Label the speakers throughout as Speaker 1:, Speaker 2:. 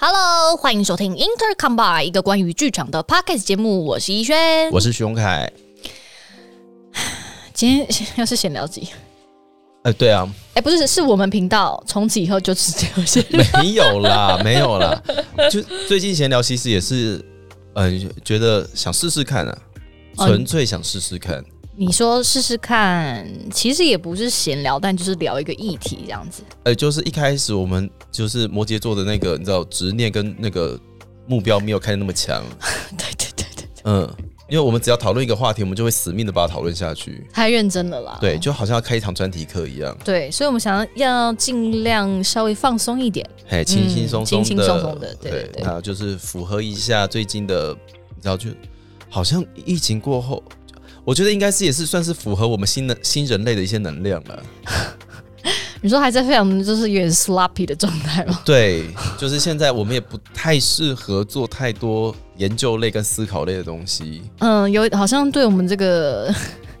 Speaker 1: 喽，欢迎收听 Intercom Bar 一个关于剧场的 podcast 节目，我是依轩。
Speaker 2: 我是熊凯。
Speaker 1: 今天又是闲聊集，
Speaker 2: 呃，对啊，
Speaker 1: 哎，不是，是我们频道从此以后就只有闲 聊。
Speaker 2: 没有啦，没有啦。就最近闲聊，其实也是，嗯、觉得想试试看啊，
Speaker 1: 哦
Speaker 2: 纯粹想试试看。
Speaker 1: 你说试试看，其实也不是闲聊，但就是聊一个议题这样子。
Speaker 2: 呃，就是一开始我们就是摩羯座的那个，你知道，执念跟那个目标没有开的那么强。
Speaker 1: 对对对对，对
Speaker 2: 嗯，因为我们只要讨论一个话题，我们就会死命的把它讨论下去。
Speaker 1: 太认真了啦。
Speaker 2: 对，就好像要开一场专题课一样，
Speaker 1: 对，所以我们想要尽量稍微放松一点。
Speaker 2: 嘿，轻轻松松
Speaker 1: 嗯
Speaker 2: 的，
Speaker 1: 轻轻松松的对对对
Speaker 2: 那就是符合一下最近的，你知道，就好像疫情过后，我觉得应该是也是算是符合我们新的新人类的一些能量了。
Speaker 1: 你说还在非常就是有点 sloppy 的状态 吗？
Speaker 2: 对， 就是现在我们也不太适合做太多研究类跟思考类的东西。
Speaker 1: 嗯，有好像对我们这个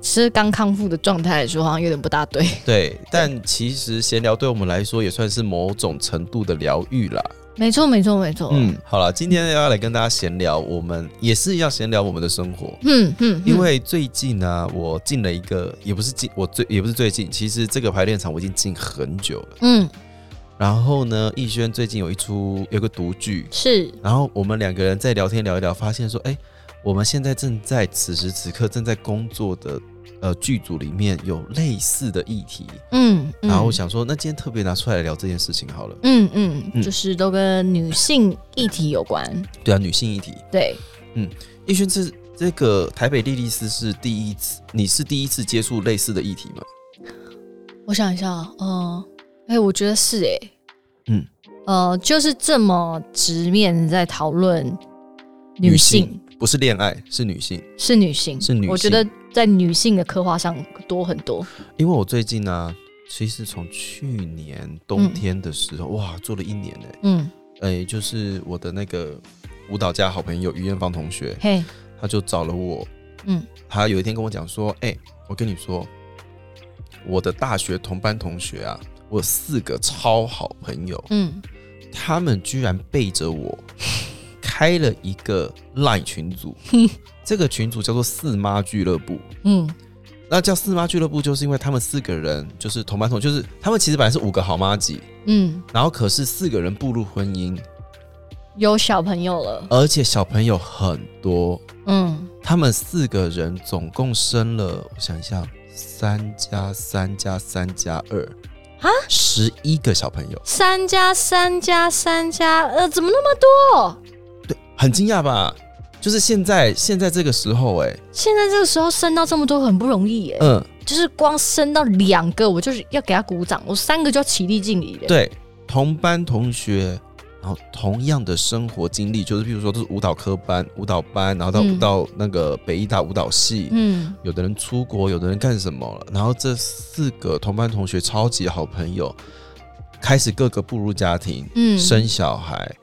Speaker 1: 是刚康复的状态来说，好像有点不大对。
Speaker 2: 对，但其实闲聊对我们来说也算是某种程度的疗愈啦。
Speaker 1: 没错，没错，没错。
Speaker 2: 嗯，好了，今天要来跟大家闲聊，我们也是要闲聊我们的生活。
Speaker 1: 嗯嗯，
Speaker 2: 因为最近呢、我进了一个，也不是进，我最也不是最近，其实这个排练场我已经进很久了。
Speaker 1: 嗯
Speaker 2: 然后呢，逸轩最近有一出有个独剧，
Speaker 1: 是
Speaker 2: 然后我们两个人在聊天聊一聊，发现说，哎，我们现在正在此时此刻正在工作的呃剧组里面有类似的议题，
Speaker 1: 嗯，嗯
Speaker 2: 然后我想说，那今天特别拿出来聊这件事情好了，
Speaker 1: 嗯嗯，
Speaker 2: 嗯
Speaker 1: 就是都跟女性议题有关。
Speaker 2: 对啊，女性议题，
Speaker 1: 对，
Speaker 2: 逸轩这这个台北莉莉丝是第一次，你是第一次接触类似的议题吗？
Speaker 1: 我想一下，嗯，哎、我觉得是哎、
Speaker 2: 嗯，
Speaker 1: 呃，就是这么直面在讨论女
Speaker 2: 女
Speaker 1: 性，
Speaker 2: 性不是恋爱，是女性。
Speaker 1: 是女性，
Speaker 2: 是女性
Speaker 1: 我觉得在女性的刻画上多很多。
Speaker 2: 因为我最近呢、其实从去年冬天的时候，哇，做了一年呢、
Speaker 1: 嗯，
Speaker 2: 哎、就是我的那个舞蹈家好朋友于艳芳同学，
Speaker 1: 嘿，
Speaker 2: 他就找了我，
Speaker 1: 嗯，
Speaker 2: 他有一天跟我讲说，哎、我跟你说，我的大学同班同学啊，我有四个超好朋友，
Speaker 1: 嗯，
Speaker 2: 他们居然背着我开了一个 LINE 群组，这个群组叫做四妈俱乐部，
Speaker 1: 嗯，
Speaker 2: 那叫四妈俱乐部，就是因为他们四个人就是同班同，就是他们其实本来是五个好妈几，
Speaker 1: 嗯，
Speaker 2: 然后可是四个人步入婚姻，
Speaker 1: 有小朋友了，
Speaker 2: 而且小朋友很多，
Speaker 1: 嗯，
Speaker 2: 他们四个人总共生了，我想一下，三加三加三加二
Speaker 1: 啊，
Speaker 2: 十一个小朋友，
Speaker 1: 三加三加三加，呃，怎么那么多？
Speaker 2: 很惊讶吧？就是现在现在这个时候、哎，
Speaker 1: 现在这个时候生到这么多很不容易耶，
Speaker 2: 嗯，
Speaker 1: 就是光生到两个，我就是要给他鼓掌，我三个就要起立敬礼了。，
Speaker 2: 对，同班同学，然后同样的生活经历，就是譬如说都是舞蹈科班、舞蹈班，然后到、
Speaker 1: 嗯
Speaker 2: 到那个北艺大舞蹈系，
Speaker 1: 嗯
Speaker 2: 有的人出国，有的人干什么了，然后这四个同班同学超级好朋友，开始各个步入家庭，
Speaker 1: 嗯，
Speaker 2: 生小孩，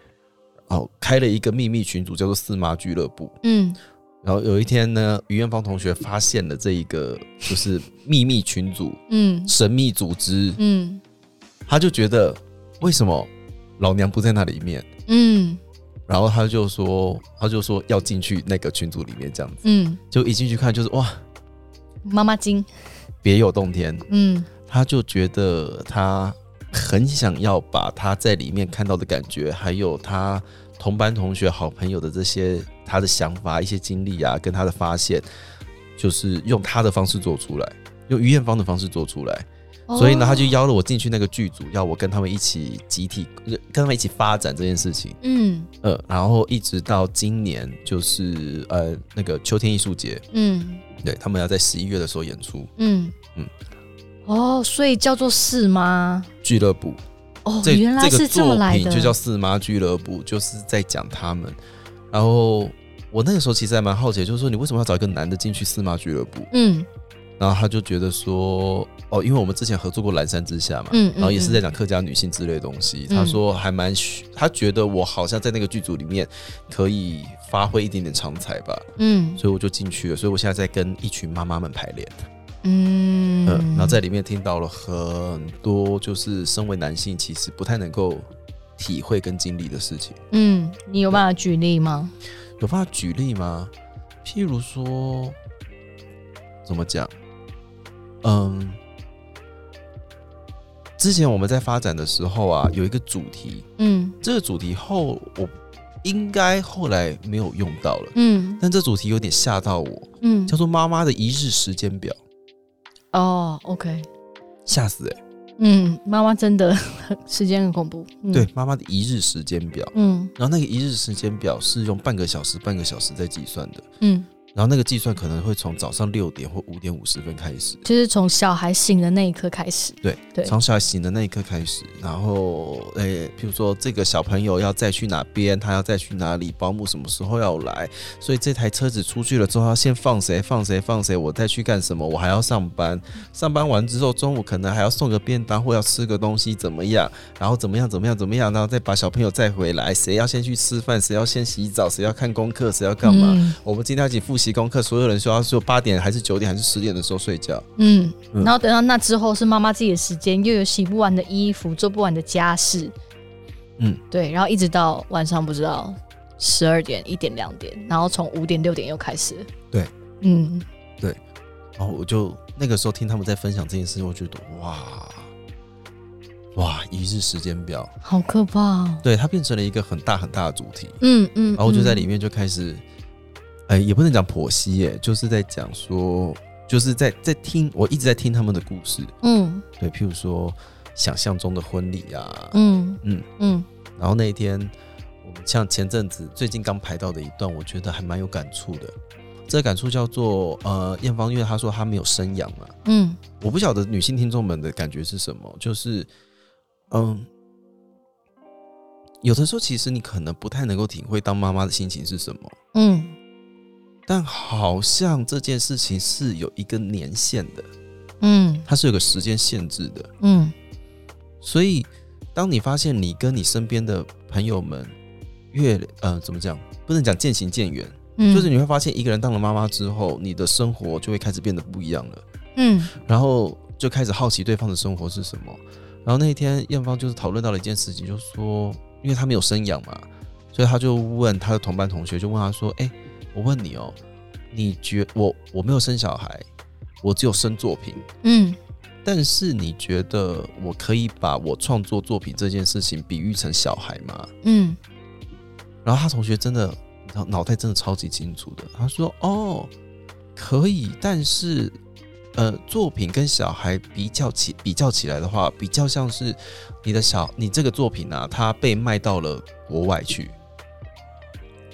Speaker 2: 哦，开了一个秘密群组，叫做四妈俱乐部。
Speaker 1: 嗯
Speaker 2: 然后有一天呢，于艳芳同学发现了这一个就是秘密群组、
Speaker 1: 嗯
Speaker 2: 神秘组织，
Speaker 1: 嗯
Speaker 2: 他就觉得为什么老娘不在那里面？
Speaker 1: 嗯
Speaker 2: 然后他就说，他就说要进去那个群组里面，这样子，
Speaker 1: 嗯，
Speaker 2: 就一进去看，就是哇，
Speaker 1: 妈妈经，
Speaker 2: 别有洞天。
Speaker 1: 嗯
Speaker 2: 他就觉得他很想要把他在里面看到的感觉，还有他同班同学、好朋友的这些他的想法、一些经历啊，跟他的发现，就是用他的方式做出来，用于艳芳的方式做出来。所以呢，他就
Speaker 1: 哦
Speaker 2: 邀了我进去那个剧组，要我跟他们一起集体跟他们一起发展这件事情。
Speaker 1: 嗯
Speaker 2: 呃，然后一直到今年，就是呃那个秋天艺术节，
Speaker 1: 嗯
Speaker 2: 对他们要在十一月的时候演出
Speaker 1: 嗯
Speaker 2: 嗯
Speaker 1: 嗯，哦，所以叫做是吗？
Speaker 2: 俱乐部。
Speaker 1: 哦，
Speaker 2: 这
Speaker 1: 原来
Speaker 2: 这
Speaker 1: 是
Speaker 2: 个
Speaker 1: 这
Speaker 2: 作
Speaker 1: 么来
Speaker 2: 品
Speaker 1: 的，
Speaker 2: 就叫四妈俱乐部，就是在讲他们。然后我那个时候其实还蛮好奇的，就是说你为什么要找一个男的进去四妈俱乐部？
Speaker 1: 嗯
Speaker 2: 然后他就觉得说，哦，因为我们之前合作过《蓝山之下》嘛，
Speaker 1: 嗯嗯
Speaker 2: 然后也是在讲客家女性之类的东西。
Speaker 1: 嗯
Speaker 2: 他说还蛮需，他觉得我好像在那个剧组里面可以发挥一点点长才吧，
Speaker 1: 嗯
Speaker 2: 所以我就进去了。所以我现在在跟一群妈妈们排练。
Speaker 1: 嗯，
Speaker 2: 嗯，然后在里面听到了很多，就是身为男性其实不太能够体会跟经历的事情。
Speaker 1: 嗯，你有办法举例吗？
Speaker 2: 有办法举例吗？譬如说，怎么讲？嗯，之前我们在发展的时候啊，有一个主题，
Speaker 1: 嗯
Speaker 2: 这个主题后我应该后来没有用到了，
Speaker 1: 嗯
Speaker 2: 但这主题有点吓到我，
Speaker 1: 嗯
Speaker 2: 叫，做“妈妈的一日时间表
Speaker 1: 哦，OK，”，
Speaker 2: 吓死哎、
Speaker 1: 嗯，妈妈真的 时间很恐怖，嗯、
Speaker 2: 对，，妈妈的一日时间表，
Speaker 1: 嗯
Speaker 2: 然后那个一日时间表是用半个小时、半个小时在计算的，
Speaker 1: 嗯，
Speaker 2: 然后那个计算可能会从早上六点或五点五十分开始。
Speaker 1: 就是从小孩醒的那一刻开始，
Speaker 2: 对
Speaker 1: 对，
Speaker 2: 从小醒的那一刻开始，然后诶、譬如说这个小朋友要再去哪边，他要再去哪里，保姆什么时候要来，所以这台车子出去了之后，要先放谁放谁放谁，我再去干什么，我还要上班，上班完之后中午可能还要送个便当或要吃个东西怎么样，然后怎么样怎么样怎么样，然后再把小朋友载回来，谁要先去吃饭，谁要先洗澡，谁要看功课，谁要干嘛。
Speaker 1: 嗯
Speaker 2: 我们今天要一起复习功课，所有人说要说八点还是九点还是十点的时候睡觉，
Speaker 1: 嗯，
Speaker 2: 嗯
Speaker 1: 然后等到那之后是妈妈自己的时间，又有洗不完的衣服，做不完的家事，
Speaker 2: 嗯，
Speaker 1: 对，然后一直到晚上不知道十二点、一点、两点，然后从五点、六点又开始了，
Speaker 2: 对，
Speaker 1: 嗯，
Speaker 2: 然后我就那个时候听他们在分享这件事，我觉得哇哇一日时间表，
Speaker 1: 好可怕、哦，
Speaker 2: 对它变成了一个很大很大的主题，
Speaker 1: 嗯嗯，
Speaker 2: 啊然后我就在里
Speaker 1: 面，
Speaker 2: 面就开始，哎、也不能讲剖析耶，就是在讲说，就是在在听，我一直在听他们的故事，
Speaker 1: 嗯
Speaker 2: 对，譬如说想象中的婚礼啊，
Speaker 1: 嗯
Speaker 2: 嗯，
Speaker 1: 嗯
Speaker 2: 然后那一天我们像前阵子最近刚排到的一段，我觉得还蛮有感触的，这个感触叫做呃，艳芳，因为她说她没有生养嘛。
Speaker 1: 嗯
Speaker 2: 我不晓得女性听众们的感觉是什么，就是，嗯，有的时候其实你可能不太能够体会当妈妈的心情是什么，
Speaker 1: 嗯
Speaker 2: 但好像这件事情是有一个年限的，
Speaker 1: 嗯
Speaker 2: 它是有个时间限制的，
Speaker 1: 嗯
Speaker 2: 所以当你发现你跟你身边的朋友们越呃怎么讲，不能讲渐行渐远，
Speaker 1: 嗯，
Speaker 2: 就是你会发现一个人当了妈妈之后，你的生活就会开始变得不一样了。
Speaker 1: 嗯
Speaker 2: 然后就开始好奇对方的生活是什么。然后那一天，艳芳就是讨论到了一件事情，就说，因为她没有生养嘛，所以她就问她的同班同学，就问她说：“哎、我问你哦，你觉我我没有生小孩，我只有生作品，
Speaker 1: 嗯
Speaker 2: 但是你觉得我可以把我创作作品这件事情比喻成小孩吗
Speaker 1: 嗯？”
Speaker 2: 然后她同学真的脑脑袋真的超级清楚的，她说：“哦，可以，但是呃，作品跟小孩比较起比较起来的话，比较像是你的小你这个作品啊，它被卖到了国外去。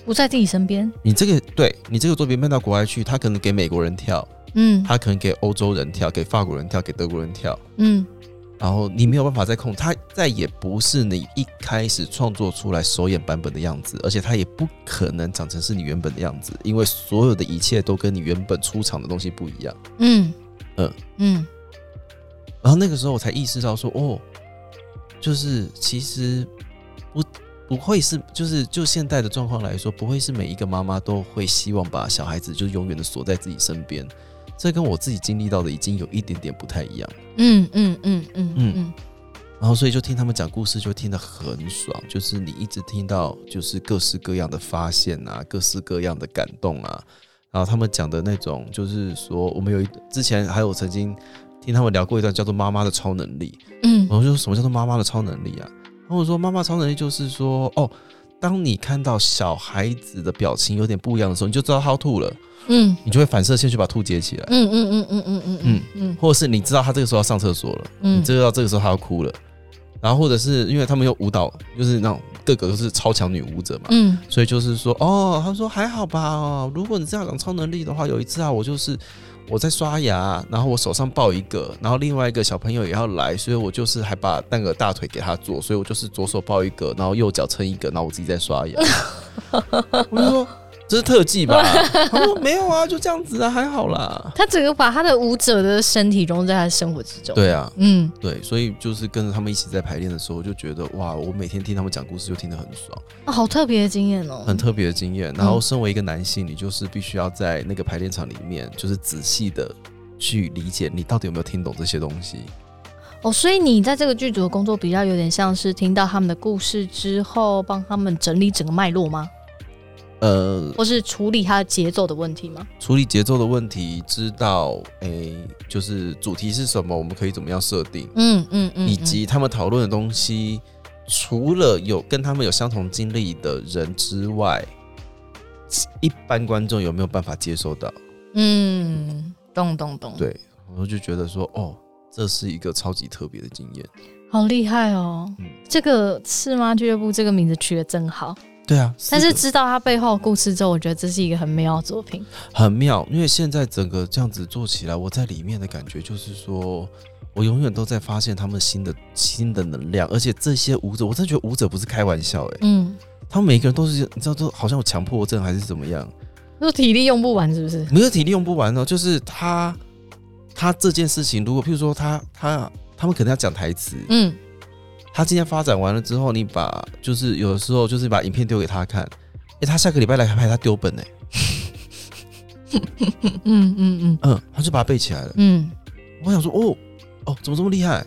Speaker 1: 不在自己身边，
Speaker 2: 你这个对你这个作品卖到国外去，它可能给美国人跳，
Speaker 1: 嗯
Speaker 2: 它可能给欧洲人跳，给法国人跳，给德国人跳。
Speaker 1: 嗯
Speaker 2: 然后你没有办法再控，它再也不是你一开始创作出来首演版本的样子，而且它也不可能长成是你原本的样子，因为所有的一切都跟你原本出场的东西不一样。
Speaker 1: 嗯
Speaker 2: 嗯
Speaker 1: 嗯
Speaker 2: 然后那个时候我才意识到说，哦，就是其实不不会是，就是就现代的状况来说，不会是每一个妈妈都会希望把小孩子就永远的锁在自己身边。这跟我自己经历到的已经有一点点不太一样，
Speaker 1: 嗯嗯嗯嗯嗯
Speaker 2: 然后所以就听他们讲故事，就听得很爽，就是你一直听到就是各式各样的发现啊，各式各样的感动啊，然后他们讲的那种就是说，我们有一之前还有曾经听他们聊过一段叫做妈妈的超能力，
Speaker 1: 嗯
Speaker 2: 我就说什么叫做妈妈的超能力啊？然后我说妈妈超能力就是说，哦，当你看到小孩子的表情有点不一样的时候，你就知道他要吐了，
Speaker 1: 嗯。
Speaker 2: 你就会反射线去把吐接起来，
Speaker 1: 嗯嗯嗯嗯嗯嗯嗯嗯
Speaker 2: 或者是你知道他这个时候要上厕所了，
Speaker 1: 嗯
Speaker 2: 你知道这个时候他要哭了，然后或者是因为他们有舞蹈，就是那种个个都是超强女舞者嘛，
Speaker 1: 嗯
Speaker 2: 所以就是说，哦，他说还好吧、哦，如果你这样讲超能力的话，有一次啊，我就是我在刷牙，然后我手上抱一个，然后另外一个小朋友也要来，所以我就是还把那个大腿给他做，所以我就是左手抱一个，然后右脚撑一个，然后我自己在 刷牙。我就说这是特技吧？他说没有啊，就这样子啊，还好啦。
Speaker 1: 他整个把他的舞者的身体融在他的生活之中。，
Speaker 2: 对啊，
Speaker 1: 嗯
Speaker 2: 对，所以就是跟着他们一起在排练的时候，我就觉得哇，我每天听他们讲故事就听得很爽。
Speaker 1: 啊，好特别的经验哦。嗯
Speaker 2: 很特别的经验。然后，身为一个男性，你就是必须要在那个排练场里面，就是仔细的去理解你到底有没有听懂这些东西。
Speaker 1: 哦，所以你在这个剧组的工作比较有点像是听到他们的故事之后，帮他们整理整个脉络吗？
Speaker 2: 呃，
Speaker 1: 或是处理他的节奏的问题吗？
Speaker 2: 处理节奏的问题，知道诶、就是主题是什么，我们可以怎么样设定，
Speaker 1: 嗯嗯嗯，
Speaker 2: 以及他们讨论的东西，除了有跟他们有相同经历的人之外，一般观众有没有办法接收到？
Speaker 3: 嗯，懂懂懂，
Speaker 2: 对，我就觉得说，哦，这是一个超级特别的经验。
Speaker 1: 好厉害哦！
Speaker 2: 嗯
Speaker 1: 这个赤妈俱乐部这个名字取得真好，
Speaker 2: 对啊，
Speaker 1: 但是
Speaker 2: 个
Speaker 1: 知道它背后的故事之后，我觉得这是一个很美好的作品。
Speaker 2: 很妙，因为现在整个这样子做起来，我在里面的感觉就是说，我永远都在发现他们新的新的能量，而且这些舞者，我真的觉得舞者不是开玩笑哎、
Speaker 1: 嗯，
Speaker 2: 他们每个人都是你知道，都好像有强迫症还是怎么样，
Speaker 1: 就体力用不完，是不是？
Speaker 2: 没有体力用不完哦，就是他他这件事情，如果譬如说他他他们可能要讲台词，
Speaker 1: 嗯，
Speaker 2: 他今天发展完了之后，你把就是有的时候就是把影片丢给他看，哎、他下个礼拜来拍他丢本哎、
Speaker 1: 嗯嗯嗯
Speaker 2: 嗯，他就把它背起来了。
Speaker 1: 嗯，
Speaker 2: 我想说哦哦，怎么这么厉害？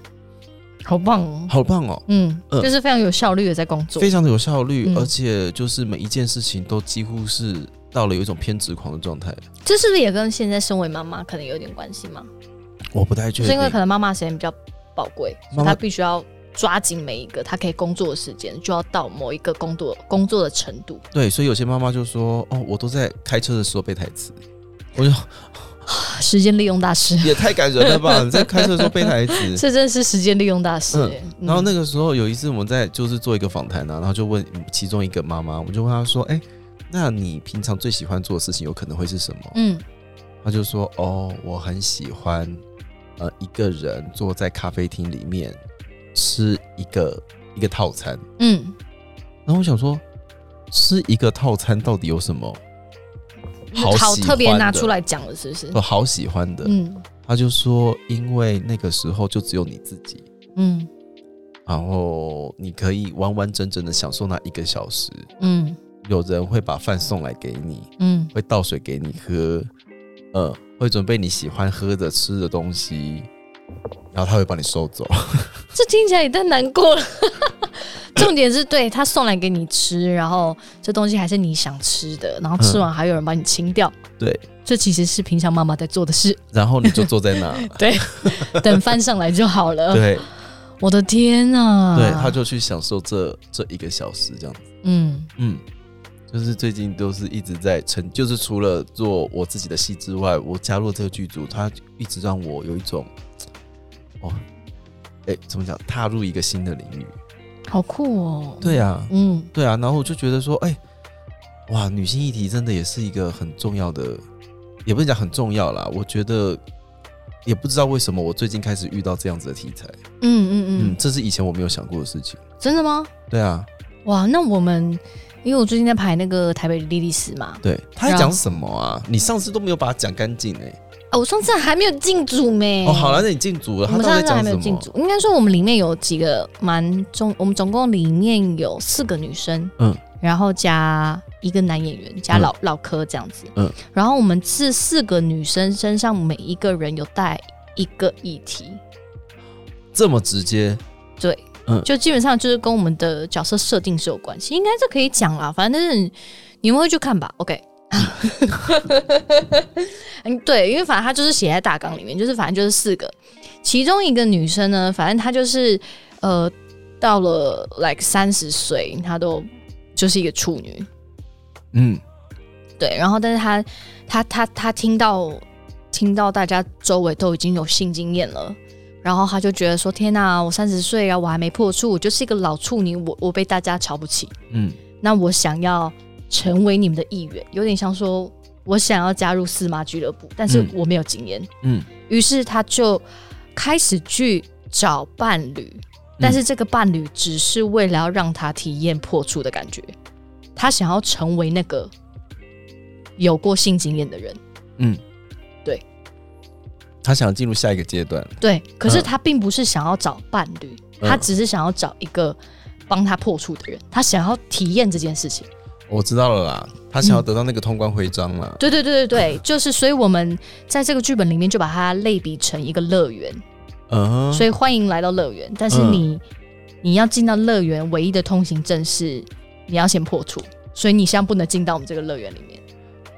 Speaker 1: 好棒哦！
Speaker 2: 好棒哦，
Speaker 1: 嗯，
Speaker 2: 嗯
Speaker 1: 就是非常有效率的在工作
Speaker 2: 非。常的有效率，
Speaker 1: 嗯
Speaker 2: 而且就是每一件事情都几乎是到了有一种偏执狂的状态。
Speaker 1: 这是不是也跟现在身为妈妈可能有点关系吗？
Speaker 2: 我不太确
Speaker 1: 就是
Speaker 2: 定
Speaker 1: 因为可，能妈妈时间比较宝贵，所
Speaker 2: 妈
Speaker 1: 以
Speaker 2: 妈
Speaker 1: 她必须要抓紧每一个她可以工作的时间，就要到某一个工作工作的程度。
Speaker 2: 对，所以有些妈妈就说：“哦，我都在开车的时候背台词。”我就
Speaker 1: 时间利用大师，
Speaker 2: 也太感人了吧！你在开车的时候背台词。
Speaker 1: 这真是时间利用大师、
Speaker 2: 嗯
Speaker 1: 欸
Speaker 2: 然后那个时候有一次我们在就是做一个访谈啊，然后就问其中一个妈妈，我们就问她说：“哎、那你平常最喜欢做的事情有可能会是什么？”
Speaker 1: 嗯
Speaker 2: 他就说：“哦，我很喜欢，呃，一个人坐在咖啡厅里面吃一个一个套餐。
Speaker 1: 嗯，”
Speaker 2: 然后我想说，吃一个套餐到底有什么好
Speaker 1: 嗯好
Speaker 2: 喜
Speaker 1: 特别
Speaker 2: 欢
Speaker 1: 拿
Speaker 2: 的
Speaker 1: 出来讲了，是不是？
Speaker 2: 我好喜欢的？
Speaker 1: 嗯
Speaker 2: 他就说：“因为那个时候就只有你自己，
Speaker 1: 嗯
Speaker 2: 然后你可以完完整整的享受那一个小时。
Speaker 1: 嗯
Speaker 2: 有人会把饭送来给你，
Speaker 1: 嗯
Speaker 2: 会倒水给你喝，呃，会准备你喜欢喝的、吃的东西，然后他会帮你收走。
Speaker 1: 这听起来也太难过了。 重点是对他送来给你吃，然后这东西还是你想吃的，然后吃完还有人帮你清掉。
Speaker 2: 嗯对，
Speaker 1: 这其实是平常妈妈在做的事，
Speaker 2: 然后你就坐在那，
Speaker 1: 等饭上来就好了。
Speaker 2: 对、
Speaker 1: 我的天啊！
Speaker 2: 对，他就去享受这这一个小时这样子。
Speaker 1: 嗯
Speaker 2: 嗯，就是最近都是一直在成，就是除了做我自己的戏之外，我加入这个剧组，他一直让我有一种，哦，哎、怎么讲，踏入一个新的领域。
Speaker 1: 好酷哦。，
Speaker 2: 对啊，
Speaker 1: 嗯
Speaker 2: 对啊，然后我就觉得说，哎、哇，女性议题真的也是一个很重要的，也不是讲很重要啦，我觉得也不知道为什么我最近开始遇到这样子的题材，
Speaker 1: 嗯嗯
Speaker 2: 嗯，
Speaker 1: 嗯，
Speaker 2: 这是以前我没有想过的事情。
Speaker 1: 真的吗？
Speaker 2: 对啊，
Speaker 1: 哇，那我们因为我最近在排那个台北的莉莉丝嘛，
Speaker 2: 对，他在
Speaker 1: 然
Speaker 2: 讲什么啊？你上次都没有把它讲干净哎。
Speaker 1: 啊，我上次还没有进组没。
Speaker 2: 哦，好了，那你进组了，
Speaker 1: 哎我
Speaker 2: 他
Speaker 1: 们
Speaker 2: 到
Speaker 1: 上
Speaker 2: 底在
Speaker 1: 次还
Speaker 2: 讲
Speaker 1: 没
Speaker 2: 什
Speaker 1: 有进
Speaker 2: 么？
Speaker 1: 组，应该说我们里面有几个蛮中，我们总共里面有四个女生，
Speaker 2: 嗯，
Speaker 1: 然后加一个男演员，加
Speaker 2: 嗯
Speaker 1: 老、老柯这样子，
Speaker 2: 嗯，
Speaker 1: 然后我们这四个女生身上每一个人有带一个议题，
Speaker 2: 这么直接，
Speaker 1: 对，
Speaker 2: 嗯
Speaker 1: 就基本上就是跟我们的角色设定是有关系，应该这可以讲啦，反正你们会去看吧，OK。嗯，对，因为反正他就是写在大纲里面，就是反正就是四个，其中一个女生呢，反正她就是呃，到了 like 三十岁，她都就是一个处女，
Speaker 2: 嗯，
Speaker 1: 对，然后但是她她她她听到听到大家周围都已经有性经验了，然后她就觉得说天哪、我三十岁啊，我还没破处，我就是一个老处女，我我被大家瞧不起，
Speaker 2: 嗯，
Speaker 1: 那我想要成为你们的一员，有点像说我想要加入司马俱乐部，但是
Speaker 2: 嗯
Speaker 1: 我没有经验，
Speaker 2: 嗯，
Speaker 1: 于是她就开始去找伴侣，但是这个伴侣只是为了要让他体验破处的感觉，他想要成为那个有过性经验的人。
Speaker 2: 嗯他想进入下一个阶段，
Speaker 1: 对，可是
Speaker 2: 嗯
Speaker 1: 他并不是想要找伴侣，
Speaker 2: 嗯
Speaker 1: 他只是想要找一个帮他破处的人，他想要体验这件事情。
Speaker 2: 我知道了啦，他
Speaker 1: 嗯
Speaker 2: 想要得到那个通关徽章啦，
Speaker 1: 对对对对对，就是所以我们在这个剧本里面就把它类比成一个乐园，
Speaker 2: 嗯
Speaker 1: 所
Speaker 2: 以
Speaker 1: 以欢迎来到乐园。但是
Speaker 2: 嗯
Speaker 1: 你、你要进到乐园，唯一的通行证是你要先破除，所以你现在不能进到我们这个乐园里面。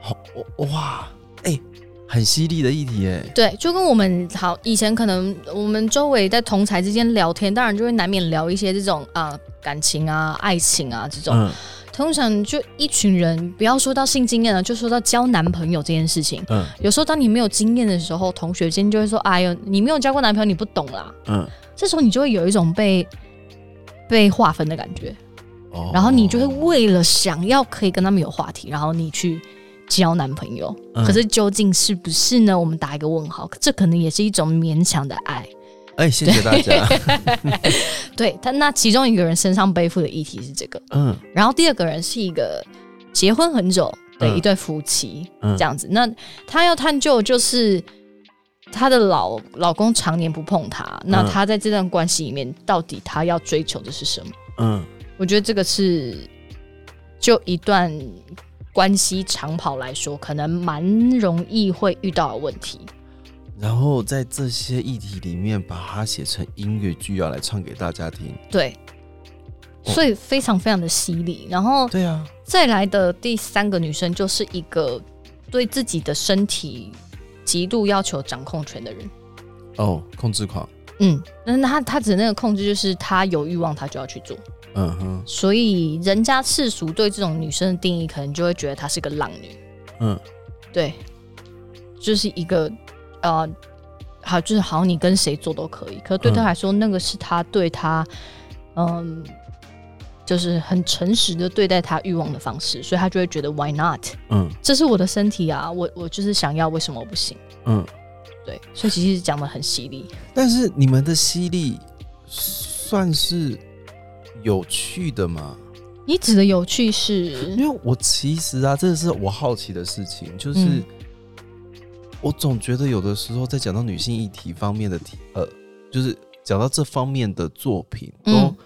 Speaker 2: 好我哇，哎、很犀利的议题哎、
Speaker 1: 对，就跟我们好以前可能我们周围在同才之间聊天，当然就会难免聊一些这种啊、感情啊、爱情啊这种。
Speaker 2: 嗯
Speaker 1: 通常就一群人，不要说到性经验啊了，就说到交男朋友这件事情。
Speaker 2: 嗯
Speaker 1: 有时候当你没有经验的时候，同学间就会说：“哎呦，你没有交过男朋友，你不懂啦。
Speaker 2: 嗯，”
Speaker 1: 这时候你就会有一种被被划分的感觉，
Speaker 2: 哦
Speaker 1: 然后你就会为了想要可以跟他们有话题，然后你去交男朋友。
Speaker 2: 嗯
Speaker 1: 可是究竟是不是呢？我们打一个问号。这可能也是一种勉强的爱。
Speaker 2: 哎、谢谢大家，
Speaker 1: 对他，那其中一个人身上背负的议题是这个，
Speaker 2: 嗯
Speaker 1: 然后第二个人是一个结婚很久的
Speaker 2: 嗯
Speaker 1: 一对夫妻，
Speaker 2: 嗯
Speaker 1: 这样子。那她要探究就是她的老老公常年不碰她，那
Speaker 2: 嗯
Speaker 1: 她在这段关系里面到底她要追求的是什么？
Speaker 2: 嗯
Speaker 1: 我觉得这个是就一段关系长跑来说，可能蛮容易会遇到的问题。
Speaker 2: 然后在这些议题里面，把它写成音乐剧要来唱给大家听。
Speaker 1: 对，
Speaker 2: 哦
Speaker 1: 所以非常非常的犀利。然后
Speaker 2: 对啊，
Speaker 1: 再来的第三个女生就是一个对自己的身体极度要求掌控权的人。
Speaker 2: 哦，控制狂，
Speaker 1: 嗯，那她她指的那个控制就是她有欲望她就要去做，
Speaker 2: 嗯哼，
Speaker 1: 所以人家世俗对这种女生的定义，可能就会觉得她是个浪女，
Speaker 2: 嗯
Speaker 1: 对，就是一个呃，好就是好像你跟谁做都可以，可是对她
Speaker 2: 嗯
Speaker 1: 来说，那个是她对她嗯，就是很诚实的对待她欲望的方式，所以她就会觉得 why not？
Speaker 2: 嗯
Speaker 1: 这是我的身体啊，我我就是想要，为什么我不行？
Speaker 2: 嗯。
Speaker 1: 对，所以其实讲的很犀利。
Speaker 2: 但是你们的犀利算是有趣的吗？
Speaker 1: 你指的有趣是
Speaker 2: 因为我其实啊，这是我好奇的事情，就是、
Speaker 1: 嗯
Speaker 2: 我总觉得有的时候在讲到女性议题方面的题，呃，就是讲到这方面的作品都
Speaker 1: 嗯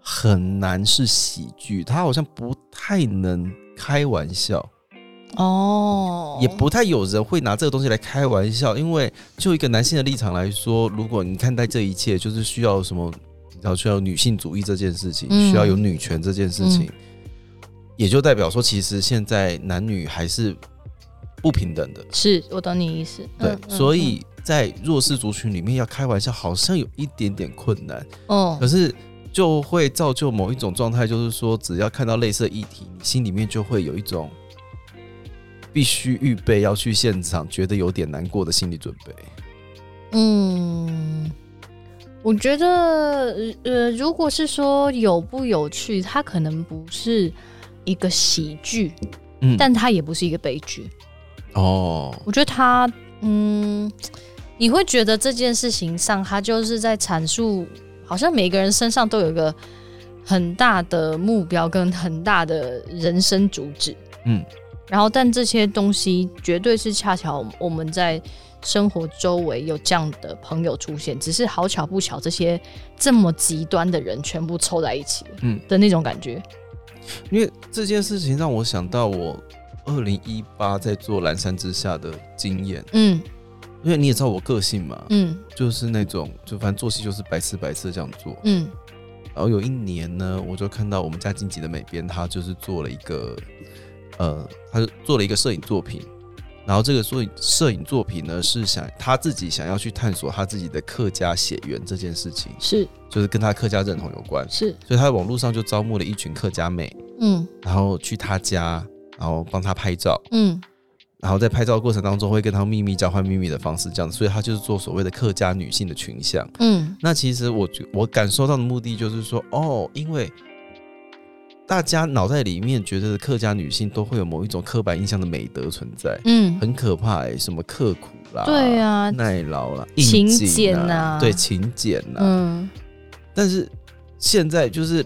Speaker 2: 很难是喜剧，它好像不太能开玩笑。
Speaker 1: 哦，
Speaker 2: 也不太有人会拿这个东西来开玩笑，因为就一个男性的立场来说，如果你看待这一切，就是需要什么，你知道需要有女性主义这件事情，
Speaker 1: 嗯
Speaker 2: 需要有女权这件事情，也就代表说，其实现在男女还是不平等的，
Speaker 1: 是，我懂你意思。
Speaker 2: 对，
Speaker 1: 嗯
Speaker 2: 所，以在弱势族群里面要开玩笑，好像有一点点困难，
Speaker 1: 嗯
Speaker 2: 可
Speaker 1: 嗯，
Speaker 2: 是。就会造就某一种状态，就是说，只要看到类似的议题，你心里面就会有一种必须预备要去现场，觉得有点难过的心理准备。
Speaker 1: 嗯，我觉得，呃，如果是说有不有趣，它可能不是一个喜剧，
Speaker 2: 嗯
Speaker 1: 但它也不是一个悲剧。
Speaker 2: 哦，
Speaker 1: 我觉得它，嗯，你会觉得这件事情上，它就是在阐述，好像每个人身上都有一个很大的目标跟很大的人生主旨。
Speaker 2: 嗯，
Speaker 1: 然后，但这些东西绝对是恰巧我们在生活周围有这样的朋友出现，只是好巧不巧，这些这么极端的人全部凑在一起，
Speaker 2: 嗯
Speaker 1: 嗯的那种感觉。
Speaker 2: 因为这件事情让我想到我二零一八在做蓝山之下的经验，
Speaker 1: 嗯
Speaker 2: 因为你也知道我个性嘛，
Speaker 1: 嗯
Speaker 2: 就是那种就反正做戏就是白吃白吃这样做。
Speaker 1: 嗯
Speaker 2: 然后有一年呢，我就看到我们家晋级的美编，她就是做了一个，呃，她就做了一个摄影作品。然后这个摄影摄影作品呢，是想她自己想要去探索她自己的客家血缘这件事情，
Speaker 1: 是
Speaker 2: 就是跟她客家认同有关。
Speaker 1: 是，
Speaker 2: 所以她在网络上就招募了一群客家妹，
Speaker 1: 嗯
Speaker 2: 然后去她家，然后帮她拍照，
Speaker 1: 嗯
Speaker 2: 然后在拍照的过程当中会跟她秘密交换秘密的方式这样子。所以她就是做所谓的客家女性的群像。
Speaker 1: 嗯
Speaker 2: 那其实我觉我感受到的目的就是说，哦，因为大家脑袋里面觉得客家女性都会有某一种刻板印象的美德存在，
Speaker 1: 嗯，
Speaker 2: 很可怕、欸，什么刻苦啦，
Speaker 1: 对啊，
Speaker 2: 耐劳啦，
Speaker 1: 勤
Speaker 2: 应景
Speaker 1: 俭
Speaker 2: 啊
Speaker 1: 啊，
Speaker 2: 对，勤俭呐、
Speaker 1: 嗯。
Speaker 2: 但是现在就是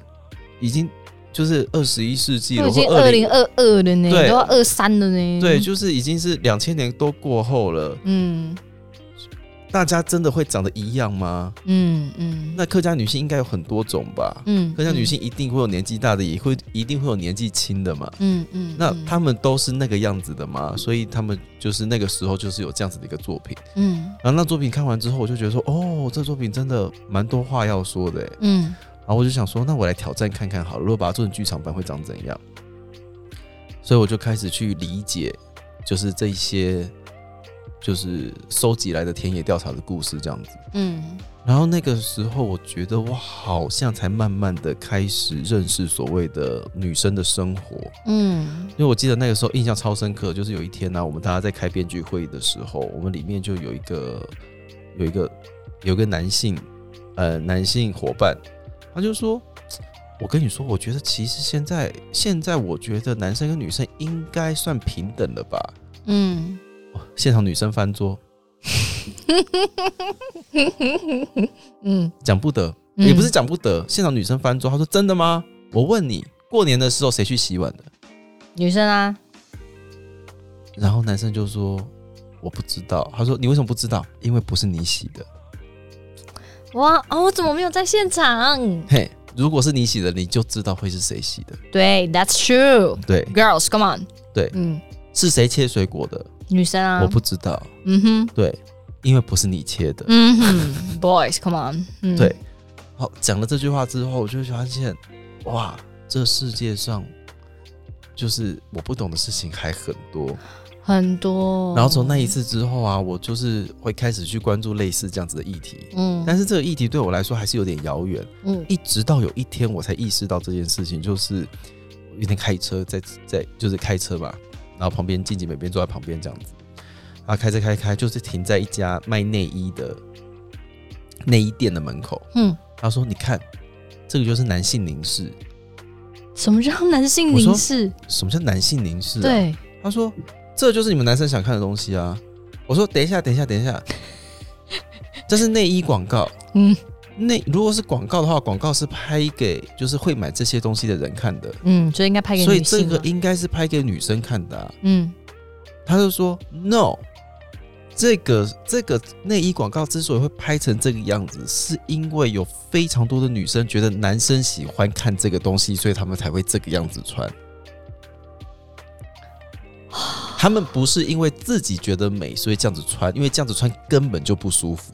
Speaker 2: 已经就是二十一世纪
Speaker 1: 都
Speaker 2: 了，
Speaker 1: 已
Speaker 2: 或
Speaker 1: 经二
Speaker 2: 零
Speaker 1: 零二二了呢，
Speaker 2: 对
Speaker 1: 都要二三了呢。
Speaker 2: 对，就是已经是两千年都过后了。
Speaker 1: 嗯
Speaker 2: 大家真的会长得一样吗？
Speaker 1: 嗯嗯
Speaker 2: 那客家女性应该有很多种吧？
Speaker 1: 嗯，
Speaker 2: 客家女性一定会有年纪大的，也会一定会有年纪轻的嘛。
Speaker 1: 嗯，嗯嗯，
Speaker 2: 那她们都是那个样子的嘛，所以她们就是那个时候就是有这样子的一个作品。
Speaker 1: 嗯
Speaker 2: 然后那作品看完之后，我就觉得说，哦，这作品真的蛮多话要说的欸。
Speaker 1: 嗯
Speaker 2: 然后我就想说，那我来挑战看看好了，如果把它做成剧场版会长怎样？所以我就开始去理解，就是这一些，就是收集来的田野调查的故事这样子。
Speaker 1: 嗯
Speaker 2: 然后那个时候，我觉得我好像才慢慢的开始认识所谓的女生的生活，
Speaker 1: 嗯
Speaker 2: 因为我记得那个时候印象超深刻，就是有一天呢、我们大家在开编剧会的时候，我们里面就有一个有一个有一个男性呃男性伙伴，他就说：“我跟你说，我觉得其实现在现在我觉得男生跟女生应该算平等了吧。
Speaker 1: 嗯，
Speaker 2: 哇”现场女生翻桌，
Speaker 1: 嗯，
Speaker 2: 讲不得，也不是讲不得，现场女生翻桌，她说：“真的吗？我问你，过年的时候谁去洗碗的
Speaker 1: 女生啊，？”
Speaker 2: 然后男生就说：“我不知道。”他说：“你为什么不知道？因为不是你洗的。”
Speaker 1: 哇哦，我怎么没有在现场？
Speaker 2: 嘿，如果是你洗的，你就知道会是谁洗的。
Speaker 1: 对，That's true。
Speaker 2: 对，
Speaker 1: Girls, come on。
Speaker 2: 对
Speaker 1: 嗯，
Speaker 2: 是谁切水果的，
Speaker 1: 女生啊，
Speaker 2: 我不知道。
Speaker 1: 嗯哼，
Speaker 2: 对，因为不是你切的。
Speaker 1: 嗯哼，Boys, come on。嗯，
Speaker 2: 对，好，讲了这句话之后，我就发现，哇，这世界上就是我不懂的事情还很多。
Speaker 1: 很多。
Speaker 2: 然后从那一次之后啊，我就是会开始去关注类似这样子的议题。
Speaker 1: 嗯，
Speaker 2: 但是这个议题对我来说还是有点遥远，
Speaker 1: 嗯
Speaker 2: 一直到有一天我才意识到这件事情，就是我有一天开车在在就是开车吧，然后旁边静静美边坐在旁边这样子，然后开车开开就是停在一家卖内衣的内衣店的门口，
Speaker 1: 嗯，
Speaker 2: 他说你看这个就是男性凝视，
Speaker 1: 什么叫男性
Speaker 2: 我说
Speaker 1: 凝视？
Speaker 2: 什么叫男性凝视、啊？，
Speaker 1: 对，
Speaker 2: 他说这就是你们男生想看的东西啊，我说等一下等一下等一下， 这是内衣广告，
Speaker 1: 嗯
Speaker 2: 那如果是广告的话，广告是拍给就是会买这些东西的人看的，
Speaker 1: 嗯，就应该拍给
Speaker 2: 所以
Speaker 1: 女
Speaker 2: 这
Speaker 1: 性
Speaker 2: 个
Speaker 1: 嘛。
Speaker 2: 应该是拍给女生看的、啊。
Speaker 1: 嗯
Speaker 2: 他就说 no，这个这个内衣广告之所以会拍成这个样子，是因为有非常多的女生觉得男生喜欢看这个东西，所以他们才会这个样子穿。他们不是因为自己觉得美，所以这样子穿，因为这样子穿根本就不舒服。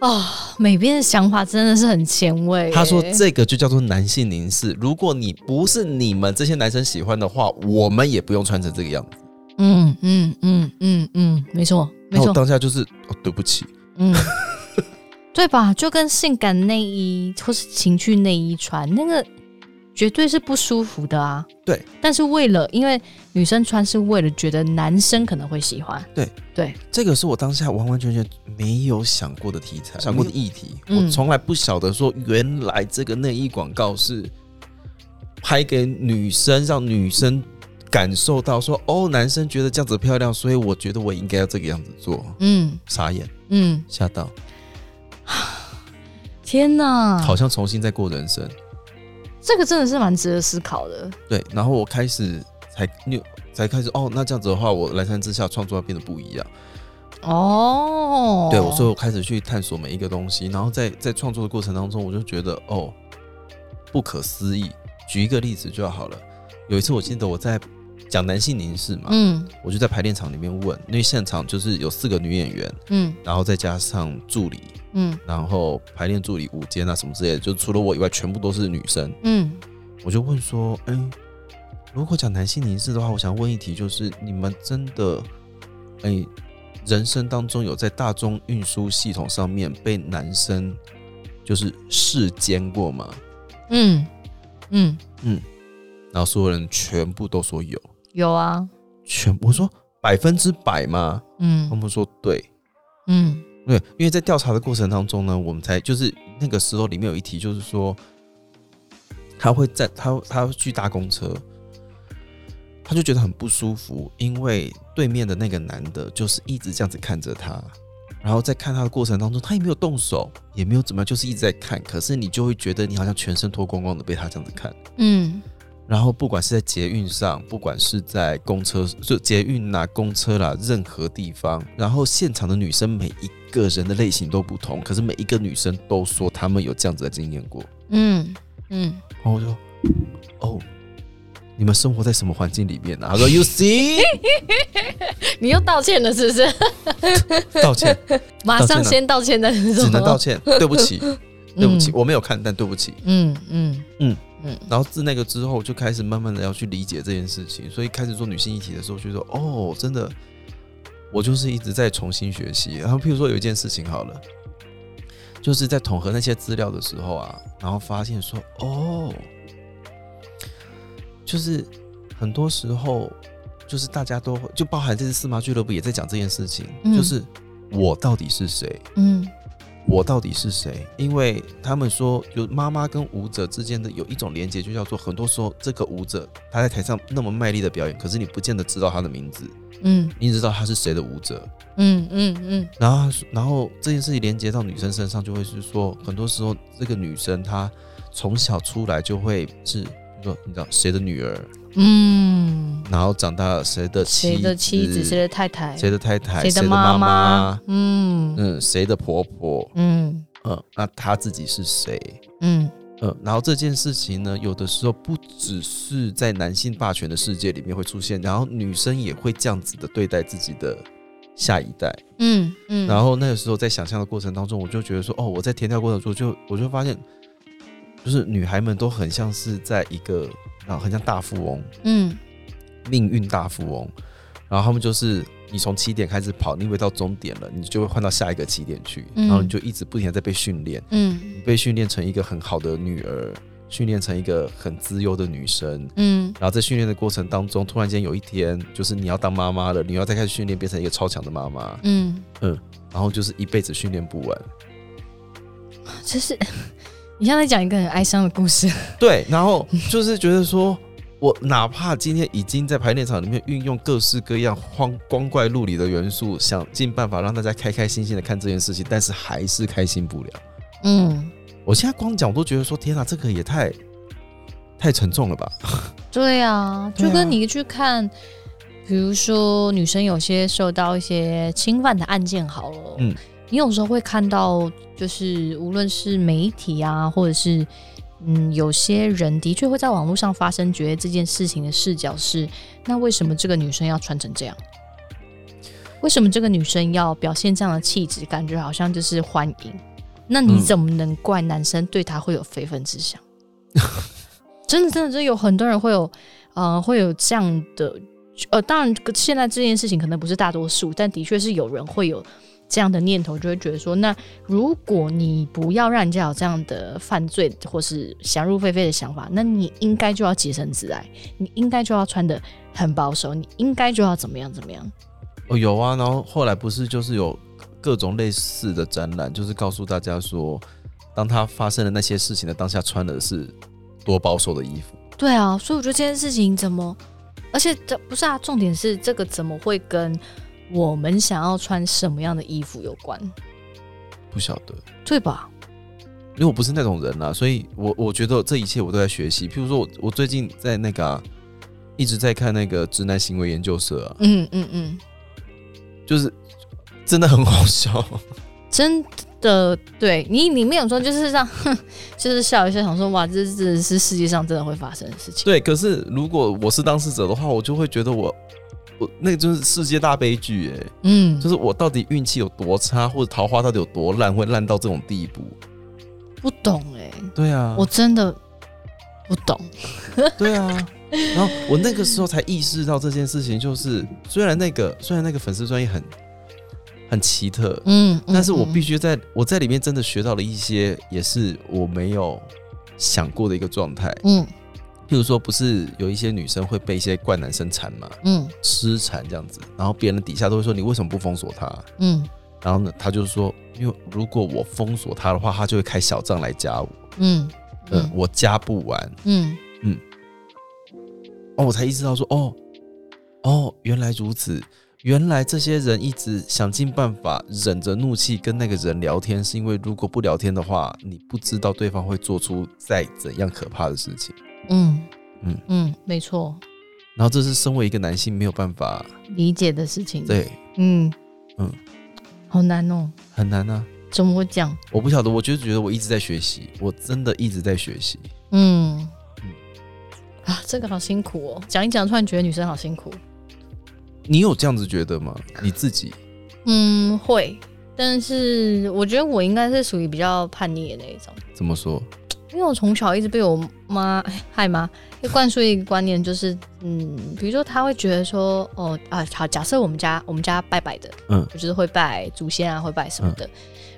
Speaker 1: 啊，美编的想法真的是很前卫耶。
Speaker 2: 他说这个就叫做男性凝视。如果你不是你们这些男生喜欢的话，我们也不用穿成这个样子。
Speaker 1: 嗯嗯嗯嗯嗯，没错没
Speaker 2: 那我
Speaker 1: 错，
Speaker 2: 当下就是哦，对不起，
Speaker 1: 嗯， 对吧？就跟性感内衣或是情趣内衣穿，那个绝对是不舒服的啊。
Speaker 2: 对，
Speaker 1: 但是为了因为女生穿是为了觉得男生可能会喜欢，
Speaker 2: 这个是我当下完完全全没有想过的题材，想过的议题。
Speaker 1: 嗯
Speaker 2: 我从来不晓得说，原来这个内衣广告是拍给女生，让女生感受到说，哦，男生觉得这样子漂亮，所以我觉得我应该要这个样子做。
Speaker 1: 嗯
Speaker 2: 傻眼，
Speaker 1: 嗯，
Speaker 2: 吓到，
Speaker 1: 天哪，
Speaker 2: 好像重新在过人生。
Speaker 1: 这个真的是蛮值得思考的。
Speaker 2: 对，然后我开始才又才开始哦，那这样子的话，我蓝山之下创作要变得不一样。
Speaker 1: 哦，
Speaker 2: 对，我所以我开始去探索每一个东西，然后在在创作的过程当中，我就觉得哦，不可思议。举一个例子就好了，有一次我记得我在讲男性凝视嘛，
Speaker 1: 嗯
Speaker 2: 我就在排练场里面问，因为现场就是有四个女演员，
Speaker 1: 嗯
Speaker 2: 然后再加上助理，
Speaker 1: 嗯
Speaker 2: 然后排练助理午间啊什么之类的，就除了我以外全部都是女生。
Speaker 1: 嗯
Speaker 2: 我就问说，哎、如果讲男性凝视的话，我想问一题，就是你们真的，哎、人生当中有在大众运输系统上面被男生就是视奸过吗？
Speaker 1: 嗯嗯，
Speaker 2: 然后所有人全部都说有，
Speaker 1: 有啊，
Speaker 2: 全我说百分之百吗？他
Speaker 1: 嗯
Speaker 2: 们说对，
Speaker 1: 嗯
Speaker 2: 对，因为在调查的过程当中呢，我们才就是那个时候里面有一题，就是说他会在他他会去搭公车，他就觉得很不舒服，因为对面的那个男的就是一直这样子看着他，然后在看他的过程当中，他也没有动手，也没有怎么样，就是一直在看，可是你就会觉得你好像全身脱光光的被他这样子看，
Speaker 1: 嗯
Speaker 2: 然后不管是在捷运上，不管是在公车，就捷运啦、公车啦，任何地方，然后现场的女生每一个人的类型都不同，可是每一个女生都说她们有这样子的经验过。
Speaker 1: 嗯嗯，
Speaker 2: 然后我就，哦，你们生活在什么环境里面啊？他说，You see，
Speaker 1: 你又道歉了是不是？
Speaker 2: 道歉，
Speaker 1: 马上先道歉再说，
Speaker 2: 只能道歉，对不起，对不起，
Speaker 1: 嗯
Speaker 2: 我没有看，但对不起。
Speaker 1: 嗯嗯
Speaker 2: 然后自那个之后，就开始慢慢的要去理解这件事情，所以开始做女性议题的时候，就说哦，真的，我就是一直在重新学习。然后，譬如说有一件事情好了，就是在统合那些资料的时候啊，然后发现说哦，就是很多时候，就是大家都会，就包含这次司马俱乐部也在讲这件事情，
Speaker 1: 嗯
Speaker 2: 就是我到底是谁？
Speaker 1: 嗯
Speaker 2: 我到底是谁？因为他们说，有妈妈跟舞者之间的有一种连接，就叫做很多时候这个舞者他在台上那么卖力的表演，可是你不见得知道他的名字，
Speaker 1: 嗯
Speaker 2: 你只知道他是谁的舞者。
Speaker 1: 嗯嗯嗯
Speaker 2: 然后他说，然后这件事情连接到女生身上，就会是说，很多时候这个女生她从小出来就会是，你说你知道谁的女儿，
Speaker 1: 嗯，
Speaker 2: 然后长大了谁的妻
Speaker 1: 谁的妻子，谁的
Speaker 2: 的
Speaker 1: 太太，
Speaker 2: 谁的太太，
Speaker 1: 谁
Speaker 2: 谁
Speaker 1: 的
Speaker 2: 的妈
Speaker 1: 妈，嗯
Speaker 2: 嗯，谁的婆婆，
Speaker 1: 嗯
Speaker 2: 嗯，那她自己是谁？
Speaker 1: 嗯
Speaker 2: 呃，然后这件事情呢，有的时候不只是在男性霸权的世界里面会出现，然后女生也会这样子的对待自己的下一代。
Speaker 1: 嗯嗯，
Speaker 2: 然后那个时候在想象的过程当中，我就觉得说，哦，我在填调过程中就我就发现，就是女孩们都很像是在一个啊，很像大富翁，
Speaker 1: 嗯
Speaker 2: 命运大富翁。然后他们就是你从起点开始跑，你以为到终点了，你就会换到下一个起点去，
Speaker 1: 嗯
Speaker 2: 然后你就一直不停的在被训练。
Speaker 1: 嗯
Speaker 2: 被训练成一个很好的女儿，训练成一个很自由的女生。
Speaker 1: 嗯
Speaker 2: 然后在训练的过程当中，突然间有一天，就是你要当妈妈了，你要再开始训练，变成一个超强的妈妈，
Speaker 1: 嗯，
Speaker 2: 然后就是一辈子训练不完。
Speaker 1: 这是你像在讲一个很哀伤的故事，
Speaker 2: 对，然后就是觉得说，我哪怕今天已经在排练场里面运用各式各样荒光怪陆离的元素，想尽办法让大家开开心心的看这件事情，但是还是开心不了。
Speaker 1: 嗯，
Speaker 2: 我现在光讲，我都觉得说，天啊哪，这个也太太沉重了吧？
Speaker 1: 对啊，
Speaker 2: 对啊
Speaker 1: 就跟你去看。比如说，女生有些受到一些侵犯的案件，好了，
Speaker 2: 嗯
Speaker 1: 你有时候会看到，就是无论是媒体啊，或者是嗯，有些人的确会在网络上发生，觉得这件事情的视角是，那为什么这个女生要穿成这样？为什么这个女生要表现这样的气质？感觉好像就是欢迎。那你
Speaker 2: 嗯
Speaker 1: 怎么能怪男生对她会有非分之想？ 真的，真的，就有很多人会有，呃，会有这样的，呃，当然，现在这件事情可能不是大多数，但的确是有人会有这样的念头，就会觉得说，那如果你不要让人家有这样的犯罪或是想入非非的想法，那你应该就要洁身自爱，你应该就要穿的很保守，你应该就要怎么样怎么样。
Speaker 2: 哦，有啊，然后后来不是就是有各种类似的展览，就是告诉大家说，当他发生了那些事情的当下，穿的是多保守的衣服。
Speaker 1: 对啊，所以我觉得这件事情怎么，而且这不是啊，重点是这个怎么会跟我们想要穿什么样的衣服有关，
Speaker 2: 不晓得，
Speaker 1: 对吧？
Speaker 2: 因为我不是那种人啦、所以我我觉得这一切我都在学习。譬如说我我最近在那个啊、一直在看那个直男行为研究社啊，
Speaker 1: 嗯嗯嗯，
Speaker 2: 就是真的很好笑。
Speaker 1: 真的，对你里面有说就是 让，就是笑一笑，想说哇，这这是世界上真的会发生的事情。
Speaker 2: 对，可是如果我是当事者的话，我就会觉得我我那个就是世界大悲剧哎、
Speaker 1: 嗯
Speaker 2: 就是我到底运气有多差，或者桃花到底有多烂，会烂到这种地步？
Speaker 1: 不懂哎、
Speaker 2: 对啊，
Speaker 1: 我真的不懂。
Speaker 2: 对啊。然后我那个时候才意识到这件事情，就是虽然那个虽然那个粉丝专业很很奇特，
Speaker 1: 嗯，
Speaker 2: 但是我必
Speaker 1: 须
Speaker 2: 须在我在里面真的学到了一些，也是我没有想过的一个状态。
Speaker 1: 嗯
Speaker 2: 譬如说，不是有一些女生会被一些怪男生缠嘛，
Speaker 1: 嗯
Speaker 2: 痴缠这样子，然后别人底下都会说你为什么不封锁他？
Speaker 1: 嗯
Speaker 2: 然后呢，他就说，因为如果我封锁他的话，他就会开小账来加我。
Speaker 1: 嗯
Speaker 2: 嗯
Speaker 1: 嗯，
Speaker 2: 我加不完。
Speaker 1: 嗯
Speaker 2: 哦，我才意识到说，哦，哦，原来如此，原来这些人一直想尽办法忍着怒气跟那个人聊天，是因为如果不聊天的话，你不知道对方会做出再怎样可怕的事情。
Speaker 1: 嗯
Speaker 2: 嗯
Speaker 1: 嗯，没错，
Speaker 2: 然后这是身为一个男性没有办法，
Speaker 1: 理解的事情。，
Speaker 2: 对，
Speaker 1: 嗯
Speaker 2: 嗯
Speaker 1: 嗯，好难哦，
Speaker 2: 很难啊。
Speaker 1: 怎么会这样？
Speaker 2: 我不晓得，我就觉得我一直在学习，我真的一直在学习。
Speaker 1: 嗯
Speaker 2: 嗯
Speaker 1: 啊，这个好辛苦哦，讲一讲，突然觉得女生好辛苦。
Speaker 2: 你有这样子觉得吗？你自己
Speaker 1: 嗯，会，但是我觉得我应该是属于比较叛逆的那一种。
Speaker 2: 怎么说？
Speaker 1: 因为我从小一直被我妈 哎害妈就灌输一个观念，就是嗯，比如说她会觉得说，哦啊，好，假设我们家我们家拜拜的，
Speaker 2: 嗯
Speaker 1: 我就是会拜祖先啊，会拜什么的。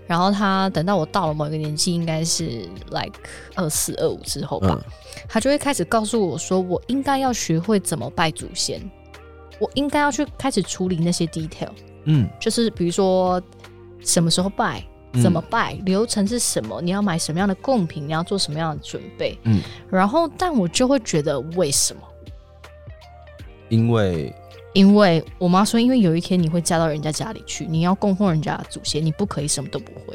Speaker 1: 然后她等到我到了某一个年纪，应该是 like 二四二五之后吧
Speaker 2: 嗯，，
Speaker 1: 她就会开始告诉我说，我应该要学会怎么拜祖先，我应该要去开始处理那些 detail，
Speaker 2: 嗯，
Speaker 1: 就是比如说什么时候拜，
Speaker 2: 嗯
Speaker 1: 怎么？拜，流程是什么，你要买什么样的贡品，你要做什么样的准备。
Speaker 2: 嗯，
Speaker 1: 然后但我就会觉得为什么？
Speaker 2: 因为
Speaker 1: 因为我妈说，因为有一天你会嫁到人家家里去，你要供奉人家的祖先，你不可以什么都不会，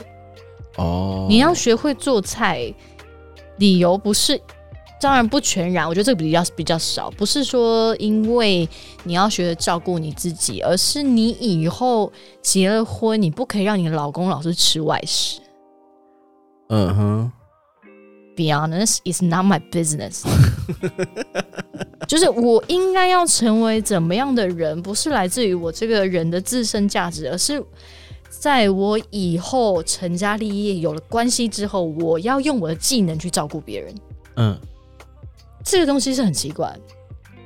Speaker 2: 哦，
Speaker 1: 你要学会做菜。理由不是，当然不全然，我觉得这个比较比较少，不是说因为你要学着照顾你自己，而是你以后结了婚，你不可以让你的老公老是吃外食。
Speaker 2: 嗯哼，
Speaker 1: be honest, it's not my business 。 就是我应该要成为怎么样的人，不是来自于我这个人的自身价值，而是在我以后成家立业、有了关系之后，我要用我的技能去照顾别人。
Speaker 2: 嗯，
Speaker 1: 这个东西是很奇怪的，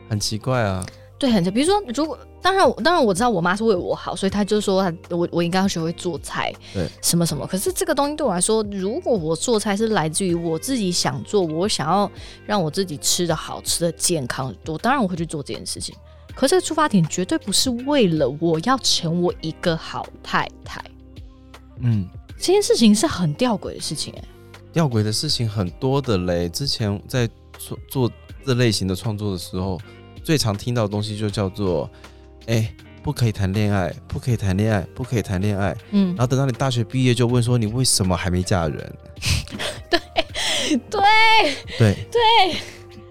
Speaker 2: 很奇怪啊，
Speaker 1: 对，很奇怪比如说，如果当然我，当然我知道我妈是为我好，所以她就说她我我应该要学会做菜，
Speaker 2: 对，
Speaker 1: 什么什么。可是这个东西对我来说，如果我做菜是来自于我自己想做，我想要让我自己吃的好、吃的健康，我当然我会去做这件事情。可这个出发点绝对不是为了我要成为一个好太太，
Speaker 2: 嗯，
Speaker 1: 这件事情是很吊诡的事情、欸。
Speaker 2: 吊诡的事情很多的嘞。之前在做做这类型的创作的时候，最常听到的东西就叫做，哎、不可以谈恋爱，不可以谈恋爱，不可以谈恋爱。
Speaker 1: 嗯
Speaker 2: 然，后等到你大学毕业，就问说你为什么还没 嫁人？
Speaker 1: 对
Speaker 2: 对
Speaker 1: 对，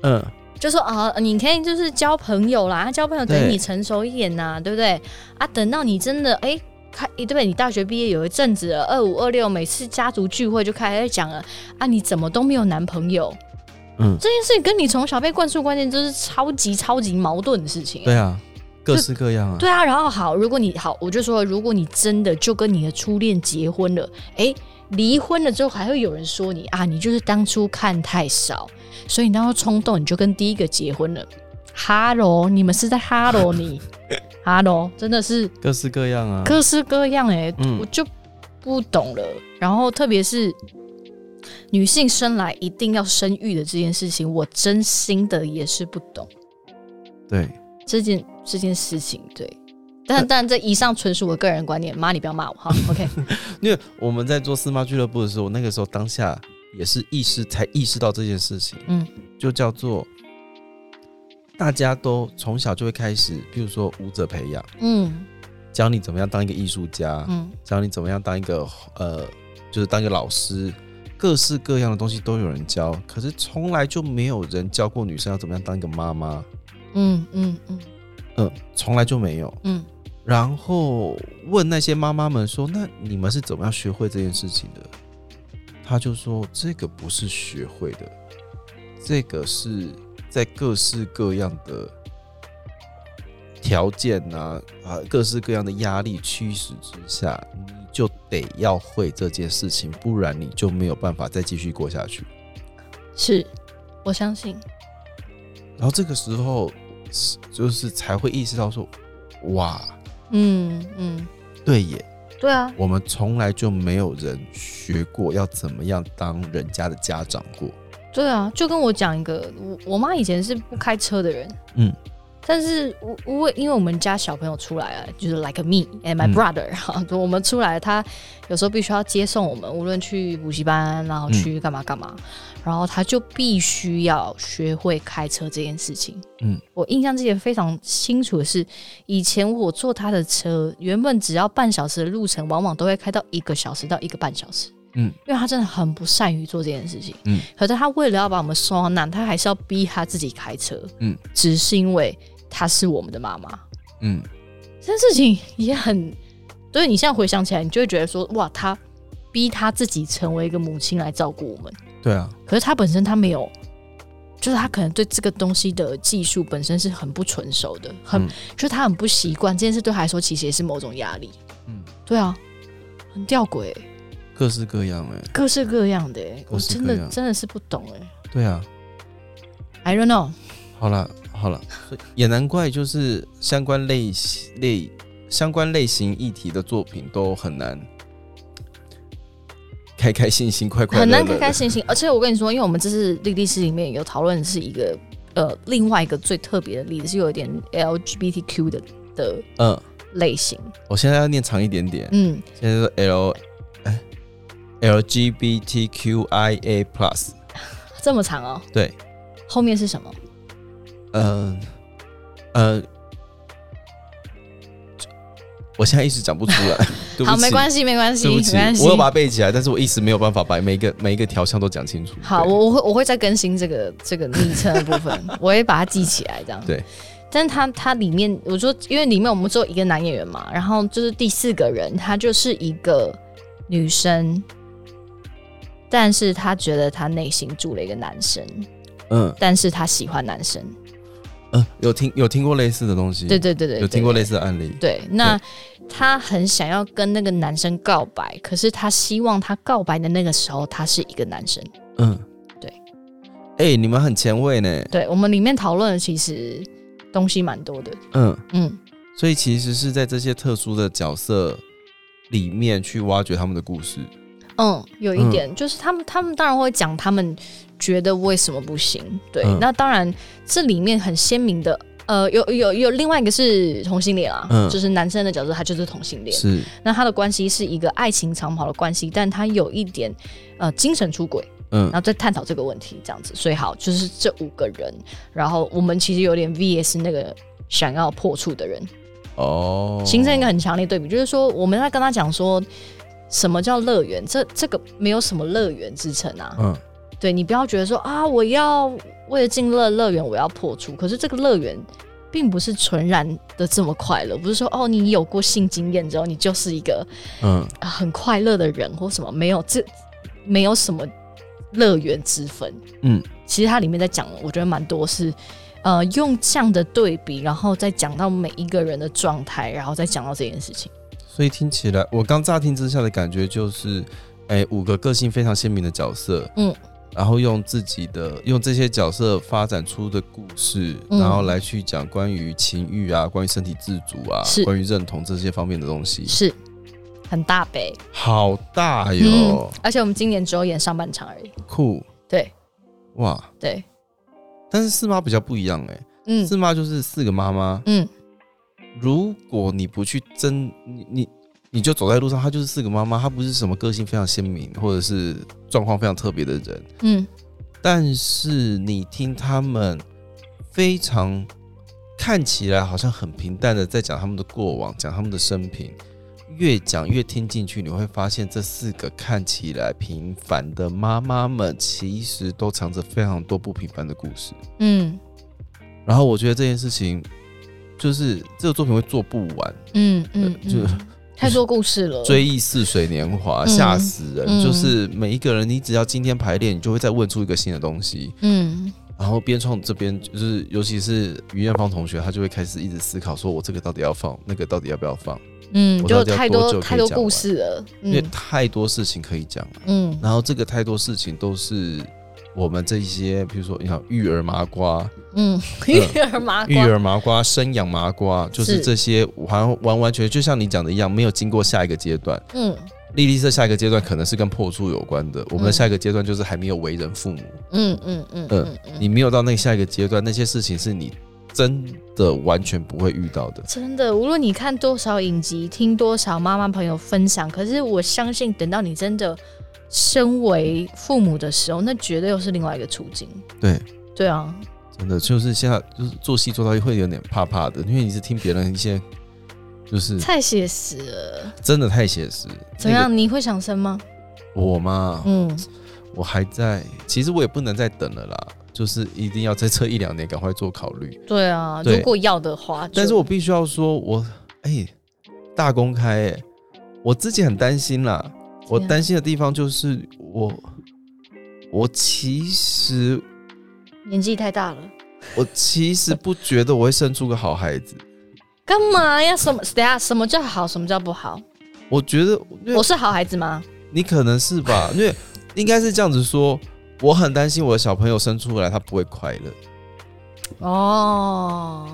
Speaker 2: 嗯，
Speaker 1: 就说啊、你可以就是交朋友啦，啊交朋友等
Speaker 2: 对
Speaker 1: 你成熟一点呐、对不对？啊，等到你真的哎。开对不对？你大学毕业有一阵子了，二五二六，每次家族聚会就开始讲了啊，你怎么都没有男朋友？
Speaker 2: 嗯
Speaker 1: 这件事情跟你从小被灌输观念就是超级超级矛盾的事情。
Speaker 2: 对啊，各式各样啊。
Speaker 1: 对啊，然后好，如果你好，我就说，如果你真的就跟你的初恋结婚了，诶，离婚了之后还会有人说你啊，你就是当初看太少，所以你当初冲动，你就跟第一个结婚了。哈喽，你们是在哈喽你，哈喽，真的是
Speaker 2: 各式各样啊。
Speaker 1: 各式各样诶，
Speaker 2: 嗯
Speaker 1: 我就不懂了。然后特别是女性生来一定要生育的这件事情，我真心的也是不懂。
Speaker 2: 对，
Speaker 1: 这件这件事情，对。但但这以上纯属我个人观点，妈你不要骂我哈。OK，
Speaker 2: 因为我们在做司马俱乐部的时候，我那个时候当下也是意识才意识到这件事情，
Speaker 1: 嗯，
Speaker 2: 就叫做大家都从小就会开始，比如说舞者培养，
Speaker 1: 嗯
Speaker 2: 教你怎么样当一个艺术家，
Speaker 1: 嗯
Speaker 2: 教你怎么样当一个呃，就是当一个老师，各式各样的东西都有人教，可是从来就没有人教过女生要怎么样当一个妈妈，
Speaker 1: 嗯嗯嗯
Speaker 2: 嗯，从来就没有。
Speaker 1: 嗯
Speaker 2: 然后问那些妈妈们说：“那你们是怎么样学会这件事情的？”他就说：“这个不是学会的，这个是在各式各样的条件啊啊，各式各样的压力驱使之下，你就得要会这件事情，不然你就没有办法再继续过下去。”
Speaker 1: 是我相信，
Speaker 2: 然后这个时候是就是才会意识到说：“哇，
Speaker 1: 嗯嗯，
Speaker 2: 对耶，
Speaker 1: 对啊，
Speaker 2: 我们从来就没有人学过要怎么样当人家的家长过。
Speaker 1: 对啊，就跟我讲一个，我我妈以前是不开车的人，
Speaker 2: 嗯，
Speaker 1: 但是我我因为我们家小朋友出来了，啊就是 like me and my
Speaker 2: 嗯
Speaker 1: brother，、哈，我们出来，他有时候必须要接送我们，无论去补习班，然后
Speaker 2: 嗯
Speaker 1: 去干嘛干嘛，然后他就必须要学会开车这件事情。
Speaker 2: 嗯，
Speaker 1: 我印象之前非常清楚的是，以前我坐他的车，原本只要半小时的路程，往往都会开到一个小时到一个半小时。
Speaker 2: 嗯，
Speaker 1: 因为他真的很不善于做这件事情，
Speaker 2: 嗯，
Speaker 1: 可是他为了要把我们送到那，他还是要逼他自己开车，
Speaker 2: 嗯，
Speaker 1: 只是因为她是我们的妈妈，
Speaker 2: 嗯，
Speaker 1: 这件事情也很，所以你现在回想起来，你就会觉得说，哇，他逼他自己成为一个母亲来照顾我们，
Speaker 2: 对啊，
Speaker 1: 可是他本身他没有，就是他可能对这个东西的技术本身是很不成熟的，很、
Speaker 2: 嗯
Speaker 1: 就是他很不习惯这件事，对他来说其实也是某种压力。
Speaker 2: 嗯，
Speaker 1: 对啊，很吊诡欸、
Speaker 2: 各式各样哎、
Speaker 1: 各式各样的欸、
Speaker 2: 各
Speaker 1: 我
Speaker 2: 式
Speaker 1: 真
Speaker 2: 各样
Speaker 1: 的真的是不懂哎、
Speaker 2: 对啊，
Speaker 1: I don't know，
Speaker 2: 好了好 了，所以也难怪就是相关类型类相关类型议题的作品都很难嗯开开心心快快乐
Speaker 1: 很
Speaker 2: 乐
Speaker 1: 难开
Speaker 2: 的
Speaker 1: 开心心。而且我跟你说，因为我们这次莉莉丝里面有讨论是一个呃另外一个最特别的例子，是有一点 LGBTQ 的的
Speaker 2: 嗯，
Speaker 1: 类型。
Speaker 2: 我现在要念长一点点，
Speaker 1: 嗯，
Speaker 2: 现在是 L 哎 LGBTQIA plus
Speaker 1: 这么长哦。
Speaker 2: 对，
Speaker 1: 后面是什么？
Speaker 2: 嗯呃。我现在一时讲不出 来，对不起，
Speaker 1: 好，没关系，没关系，
Speaker 2: 对
Speaker 1: 没
Speaker 2: 不起
Speaker 1: 关，系。
Speaker 2: 我有把它背起来，但是我一时没有办法把每一个每一个条项都讲清楚。
Speaker 1: 好，
Speaker 2: 对
Speaker 1: 我我会我会再更新这个这个昵称的部 分，我会把它记起来，这样。
Speaker 2: 对。
Speaker 1: 但是它它里面，我说因为里面我们只有一个男演员嘛，然后就是第四个人，她就是一个女生，但是她觉得她内心住了一个男生，
Speaker 2: 嗯
Speaker 1: 但是她喜欢男生。
Speaker 2: 嗯，有听有听过类似的东西，
Speaker 1: 对对对对，
Speaker 2: 嗯有听过
Speaker 1: 对
Speaker 2: 类似的案例，
Speaker 1: 对，那她很想要跟那个男生告白，可是她希望她告白的那个时候，他是一个男生。
Speaker 2: 嗯，
Speaker 1: 对。
Speaker 2: 哎、你们很前卫呢，
Speaker 1: 对我们里面讨论的其实东西蛮多的，
Speaker 2: 嗯，
Speaker 1: 嗯。
Speaker 2: 所以其实是在这些特殊的角色里面去挖掘他们的故事，
Speaker 1: 嗯，有一
Speaker 2: 嗯
Speaker 1: 点、就是他们，他们当然会讲他们觉得为什么不行。对，
Speaker 2: 嗯
Speaker 1: 那当然这里面很鲜明的，呃，有有有另外一个是同性恋啊，
Speaker 2: 嗯
Speaker 1: 就是男生的角色他就是同性恋，
Speaker 2: 是，
Speaker 1: 那他的关系是一个爱情长跑的关系，但他有一点呃精神出轨，
Speaker 2: 嗯
Speaker 1: 然后再探讨这个问题这样子。所以好，就是这五个人，然后我们其实有点 VS 那个想要破处的人，
Speaker 2: 哦，
Speaker 1: 形成一个很强烈对比，就是说我们在跟他讲说什么叫乐园，这这个没有什么乐园之称啊。
Speaker 2: 嗯
Speaker 1: 对你不要觉得说啊，我要为了进乐乐园我要破除，可是这个乐园并不是纯然的这么快乐，不是说哦你有过性经验之后你就是一个、
Speaker 2: 嗯
Speaker 1: 啊很快乐的人或什么，没有这没有什么乐园之分。
Speaker 2: 嗯，
Speaker 1: 其实它里面在讲，我觉得蛮多是，呃，用这样的对比，然后再讲到每一个人的状态，然后再讲到这件事情。
Speaker 2: 所以听起来我刚乍听之下的感觉就是，哎、五个个性非常鲜明的角色，
Speaker 1: 嗯。
Speaker 2: 然后用自己的用这些角色发展出的故事，
Speaker 1: 嗯
Speaker 2: 然后来去讲关于情欲啊、关于身体自主啊
Speaker 1: 是、
Speaker 2: 关于认同这些方面的东西。
Speaker 1: 是很大杯，
Speaker 2: 好大哟，
Speaker 1: 而且我们今年只有演上半场而已。
Speaker 2: 酷
Speaker 1: 嗯对
Speaker 2: 哇！
Speaker 1: 对，
Speaker 2: 但是四妈比较不一样哎、
Speaker 1: 嗯
Speaker 2: 四妈就是四个妈妈。
Speaker 1: 嗯，
Speaker 2: 如果你不去争，你你你就走在路上，她就是四个妈妈，她不是什么个性非常鲜明或者是状况非常特别的人。
Speaker 1: 嗯
Speaker 2: 但是你听他们非常看起来好像很平淡的在讲他们的过往，讲他们的生平，越讲越听进去，你会发现这四个看起来平凡的妈妈们，其实都藏着非常多不平凡的故事。
Speaker 1: 嗯
Speaker 2: 然后我觉得这件事情，就是这个作品会做不完，
Speaker 1: 嗯嗯，
Speaker 2: 就
Speaker 1: 嗯太多故事了。
Speaker 2: 追忆似水年华，
Speaker 1: 嗯
Speaker 2: 吓死人！
Speaker 1: 嗯
Speaker 2: 就是每一个人，你只要今天排练，你就会再问出一个新的东西。
Speaker 1: 嗯
Speaker 2: 然后边创这边就是，尤其是于艳芳同学，他就会开始一直思考，说我这个到底要放，那个到底要不要放，
Speaker 1: 嗯，
Speaker 2: 我
Speaker 1: 就
Speaker 2: 到底要
Speaker 1: 太
Speaker 2: 多
Speaker 1: 多
Speaker 2: 久
Speaker 1: 太
Speaker 2: 可以
Speaker 1: 多
Speaker 2: 讲
Speaker 1: 故
Speaker 2: 完
Speaker 1: 事了。
Speaker 2: 因为
Speaker 1: 嗯
Speaker 2: 太多事情可以讲了。
Speaker 1: 嗯
Speaker 2: 然后这个太多事情都是我们这一些，比如说你看育儿麻瓜、
Speaker 1: 嗯，育儿麻
Speaker 2: 育
Speaker 1: 瓜。
Speaker 2: 儿麻瓜、生养麻瓜，就是
Speaker 1: 是
Speaker 2: 这些完完完全就像你讲的一样，没有经过下一个阶段。
Speaker 1: 嗯
Speaker 2: 莉莉色下一个阶段可能是跟破处有关的，我们的
Speaker 1: 嗯
Speaker 2: 下一个阶段就是还没有为人父母。
Speaker 1: 嗯嗯嗯嗯嗯，
Speaker 2: 你没有到那个下一个阶段，那些事情是你真的完全不会遇到的。
Speaker 1: 真的，无论你看多少影集，听多少妈妈朋友分享，可是我相信，等到你真的身为父母的时候，那绝对又是另外一个处境。
Speaker 2: 对，
Speaker 1: 对啊，
Speaker 2: 真的就是现在就是做戏做到会有点怕怕的，因为你是听别人一些，就 是
Speaker 1: 太写实了。
Speaker 2: 真的太写实。
Speaker 1: 怎
Speaker 2: 那
Speaker 1: 样？
Speaker 2: 个
Speaker 1: 你会想生吗？
Speaker 2: 我嘛，
Speaker 1: 嗯，
Speaker 2: 我还在，其实我也不能再等了啦，就是一定要在这一两年赶快做考虑。
Speaker 1: 对啊，
Speaker 2: 对
Speaker 1: 如果要的话就，
Speaker 2: 但是我必须要说，我哎、大公开哎、我自己很担心啦。我担心的地方就是我，我其实
Speaker 1: 年纪太大了，
Speaker 2: 我其实不觉得我会生出个好孩子。
Speaker 1: 干嘛呀？什么？等一下什么叫好？什么叫不好？
Speaker 2: 我觉得，因为
Speaker 1: 我是好孩子吗？
Speaker 2: 你可能是吧，因为应该是这样子说，我很担心我的小朋友生出来他不会快乐。
Speaker 1: 哦，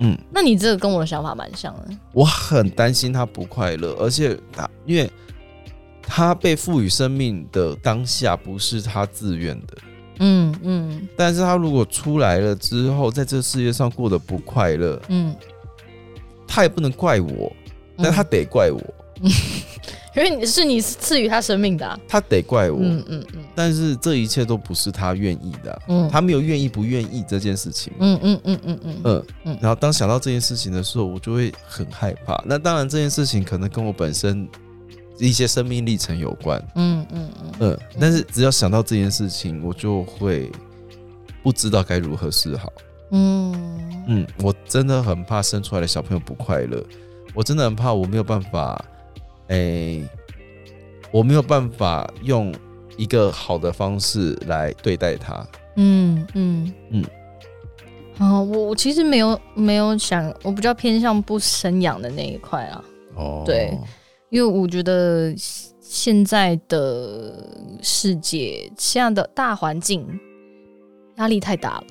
Speaker 2: 嗯，
Speaker 1: 那你这个跟我的想法蛮像的。
Speaker 2: 我很担心他不快乐，而且他因为他被赋予生命的当下不是他自愿的，
Speaker 1: 嗯嗯
Speaker 2: 但是他如果出来了之后，在这世界上过得不快乐，
Speaker 1: 嗯，
Speaker 2: 他也不能怪我，但他得怪我，
Speaker 1: 嗯因为你是你是赐予他生命的啊、
Speaker 2: 他得怪我。
Speaker 1: 嗯嗯嗯
Speaker 2: 但是这一切都不是他愿意的啊、
Speaker 1: 嗯
Speaker 2: 他没有愿意不愿意这件事情。
Speaker 1: 嗯嗯嗯嗯嗯嗯
Speaker 2: 嗯，
Speaker 1: 嗯
Speaker 2: 然后当想到这件事情的时候，我就会很害怕。那当然，这件事情可能跟我本身一些生命历程有关。
Speaker 1: 嗯嗯嗯，
Speaker 2: 嗯，但是只要想到这件事情，我就会不知道该如何是好。
Speaker 1: 嗯
Speaker 2: 嗯，我真的很怕生出来的小朋友不快乐，我真的很怕我没有办法，哎、我没有办法用一个好的方式来对待他。
Speaker 1: 嗯嗯嗯。
Speaker 2: 嗯
Speaker 1: 啊，我我其实没有没有想，我比较偏向不生养的那一块啊，
Speaker 2: 哦
Speaker 1: 对因为我觉得现在的世界，现在的大环境压力太大了。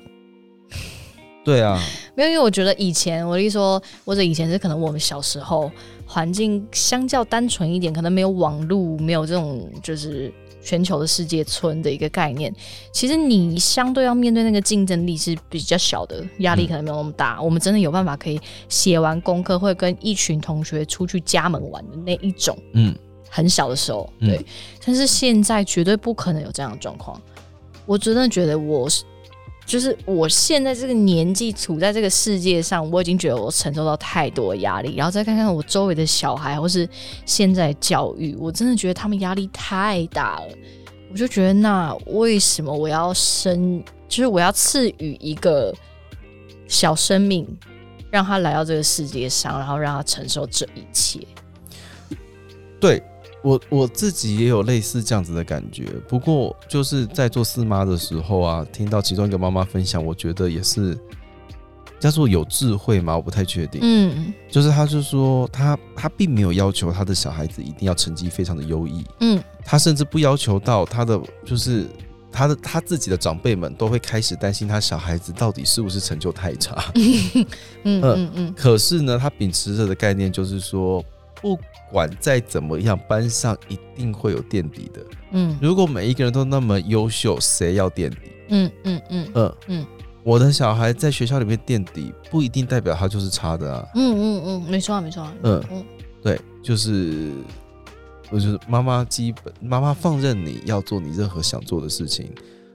Speaker 2: 对啊，
Speaker 1: 没有，因为我觉得以前，我的意思说，或者以前是可能我们小时候环境相较单纯一点，可能没有网络，没有这种就是全球的世界村的一个概念。其实你相对要面对那个竞争力是比较小的，压力可能没有那么大。我们真的有办法可以写完功课，会跟一群同学出去家门玩的那一种。
Speaker 2: 嗯，
Speaker 1: 很小的时候，
Speaker 2: 嗯
Speaker 1: 对，但是现在绝对不可能有这样的状况。我真的觉得我是，就是我现在这个年纪处在这个世界上，我已经觉得我承受到太多压力，然后再看看我周围的小孩或是现在的教育，我真的觉得他们压力太大了。我就觉得，那为什么我要生，就是我要赐予一个小生命，让他来到这个世界上，然后让他承受这一切？
Speaker 2: 对我我自己也有类似这样子的感觉，不过就是在做四妈的时候啊，听到其中一个妈妈分享，我觉得也是叫做有智慧吗？我不太确定。
Speaker 1: 嗯
Speaker 2: 就是她就说她她并没有要求她的小孩子一定要成绩非常的优异，
Speaker 1: 嗯。
Speaker 2: 她甚至不要求到她的就是她的她自己的长辈们都会开始担心她小孩子到底是不是成就太差。
Speaker 1: 嗯嗯嗯
Speaker 2: 可是呢，他秉持着的概念就是说，不管再怎么样，班上一定会有垫底的。
Speaker 1: 嗯
Speaker 2: 如果每一个人都那么优秀，谁要垫底？
Speaker 1: 嗯嗯嗯
Speaker 2: 嗯
Speaker 1: 嗯，
Speaker 2: 我的小孩在学校里面垫底，不一定代表他就是差的啊。
Speaker 1: 嗯嗯嗯，没错啊没错啊。
Speaker 2: 嗯
Speaker 1: 嗯
Speaker 2: 对，就是，我就是妈妈基本妈妈放任你要做你任何想做的事情，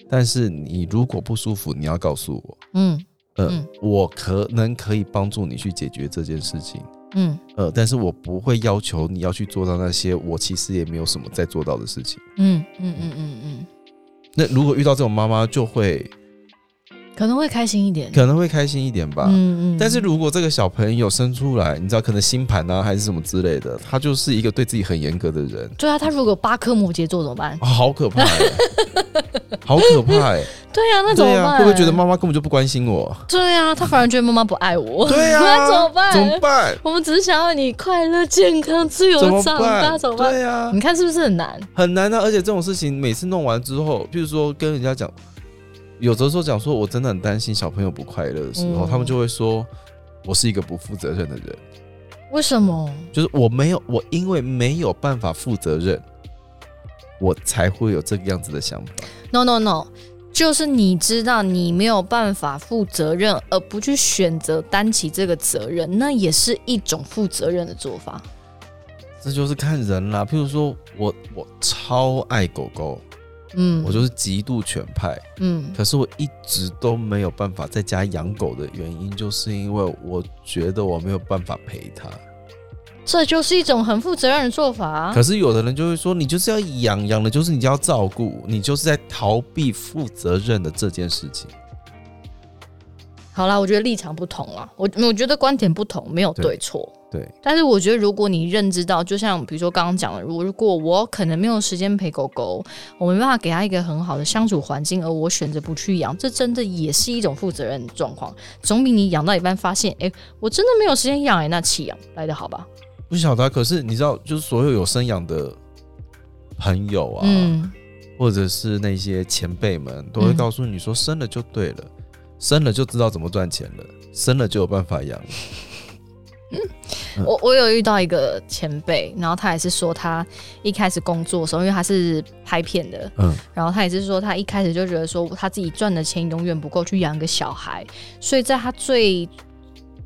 Speaker 2: 但是你如果不舒服，你要告诉我，
Speaker 1: 嗯
Speaker 2: 嗯
Speaker 1: 嗯
Speaker 2: 我可能可以帮助你去解决这件事情。
Speaker 1: 嗯
Speaker 2: 呃，但是我不会要求你要去做到那些我其实也没有什么在做到的事情。
Speaker 1: 嗯嗯嗯嗯
Speaker 2: 那如果遇到这种妈妈，就会
Speaker 1: 嗯，可能会开心一点。
Speaker 2: 可能会开心一点吧。
Speaker 1: 嗯嗯，
Speaker 2: 但是如果这个小朋友生出来，你知道可能星盘啊还是什么之类的，他就是一个对自己很严格的人，
Speaker 1: 对啊，他如果八颗摩羯座怎么办？
Speaker 2: 啊好可怕、欸，好可怕、欸！
Speaker 1: 对啊，那怎么
Speaker 2: 对啊，
Speaker 1: 办？
Speaker 2: 会不会觉得？妈妈根本就不关心我？
Speaker 1: 对啊，他反而觉得妈妈不爱我。
Speaker 2: 对啊，
Speaker 1: 那怎么办
Speaker 2: 怎么办？
Speaker 1: 我们只是想要你快乐、健康、自由
Speaker 2: 怎
Speaker 1: 的
Speaker 2: 么
Speaker 1: 长大，
Speaker 2: 办？
Speaker 1: 怎么办？
Speaker 2: 对啊，
Speaker 1: 你看是不是很难？
Speaker 2: 很难啊！而且这种事情每次弄完之后，譬如说跟人家讲，有的时候讲说我真的很担心小朋友不快乐的时候，
Speaker 1: 嗯
Speaker 2: 他们就会说我是一个不负责任的人，
Speaker 1: 为什么？
Speaker 2: 就是我没有我因为没有办法负责任，我才会有这个样子的想法。
Speaker 1: No No No，就是你知道你没有办法负责任，而不去选择担起这个责任，那也是一种负责任的做法。
Speaker 2: 这就是看人啦。譬如说我我超爱狗狗，
Speaker 1: 嗯，
Speaker 2: 我就是极度犬派，
Speaker 1: 嗯
Speaker 2: 可是我一直都没有办法在家养狗的原因，就是因为我觉得我没有办法陪它。
Speaker 1: 这就是一种很负责任的做法啊、
Speaker 2: 可是有的人就会说，你就是要养，养了就是你就要照顾，你就是在逃避负责任的这件事情。
Speaker 1: 好啦，我觉得立场不同啦，我我觉得观点不同，没有对错。
Speaker 2: 对，
Speaker 1: 但是我觉得，如果你认知到，就像比如说刚刚讲的，如果如果我可能没有时间陪狗狗，我没办法给它一个很好的相处环境，而我选择不去养，这真的也是一种负责任的状况，总比你养到一半发现，哎、我真的没有时间养、哎，那弃养来的好吧？
Speaker 2: 不晓得啊、可是你知道，就是所有有生养的朋友啊，
Speaker 1: 嗯，
Speaker 2: 或者是那些前辈们，都会
Speaker 1: 嗯
Speaker 2: 告诉你说，生了就对了，生了就知道怎么赚钱了，生了就有办法养了。
Speaker 1: 我我有遇到一个前辈，然后他也是说，他一开始工作的时候，因为他是拍片的，
Speaker 2: 嗯，
Speaker 1: 然后他也是说，他一开始就觉得说他自己赚的钱永远不够去养一个小孩，所以在他最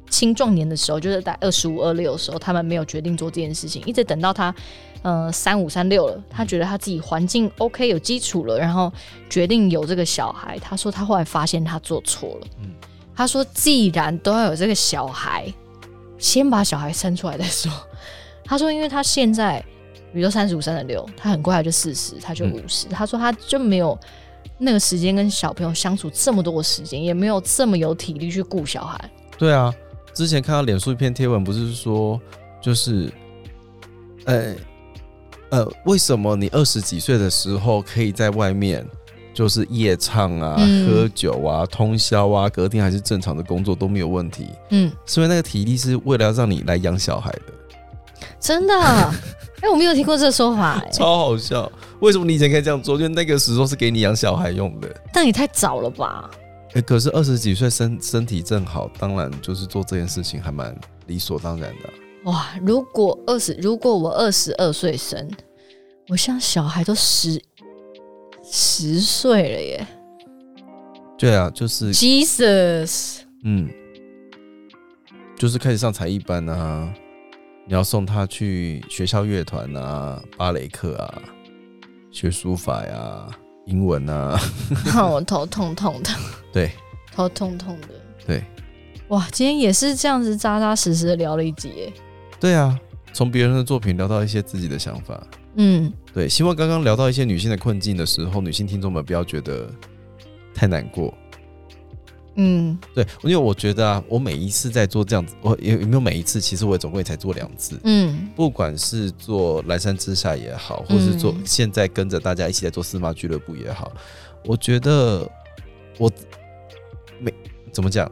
Speaker 1: 青壮年的时候，就是在二十五、二六的时候，他们没有决定做这件事情，一直等到他呃三五、三六了，他觉得他自己环境 OK 有基础了，然后决定有这个小孩。他说他后来发现他做错了，
Speaker 2: 嗯
Speaker 1: 他说既然都要有这个小孩，先把小孩生出来再说。 他说，因为他现在比如说三十五、三十六，他很快就四十，他就
Speaker 2: 嗯
Speaker 1: 五十、他说他就没有那个时间跟小朋友相处这么多的时间，也没有这么有体力去顾小孩。
Speaker 2: 对啊，之前看到脸书一篇贴文，不是说就是，呃呃，为什么你二十几岁的时候可以在外面就是夜唱啊、
Speaker 1: 嗯
Speaker 2: 喝酒啊、通宵啊，隔天还是正常的工作都没有问题？
Speaker 1: 嗯，
Speaker 2: 是因为那个体力是为了要让你来养小孩的，
Speaker 1: 真的， 哎、我没有听过这个说法、哎，
Speaker 2: 超好笑。为什么你以前可以这样做？就那个时候是给你养小孩用的。
Speaker 1: 但也太早了吧？
Speaker 2: 欸、可是二十几岁身身体正好，当然就是做这件事情还蛮理所当然的啊、
Speaker 1: 哇，如果二十，如果我二十二岁生，我像小孩都十十岁了耶
Speaker 2: 对啊，就是
Speaker 1: ！Jesus，
Speaker 2: 嗯，就是开始上才艺班啊，你要送他去学校乐团啊、芭蕾课啊、学书法呀、英文啊，
Speaker 1: 让我头痛痛的，
Speaker 2: 对
Speaker 1: 头痛痛的。
Speaker 2: 对
Speaker 1: 哇，今天也是这样子扎扎实实的聊了一集耶。
Speaker 2: 对啊，从别人的作品聊到一些自己的想法。
Speaker 1: 嗯，
Speaker 2: 对，希望刚刚聊到一些女性的困境的时候，女性听众们不要觉得太难过。
Speaker 1: 嗯
Speaker 2: 对，因为我觉得啊，我每一次在做这样子，我也也没有每一次，其实我也总共也才做两次。
Speaker 1: 嗯
Speaker 2: 不管是做蓝山之下也好，或是做
Speaker 1: 嗯
Speaker 2: 现在跟着大家一起在做司马俱乐部也好，我觉得我没怎么讲，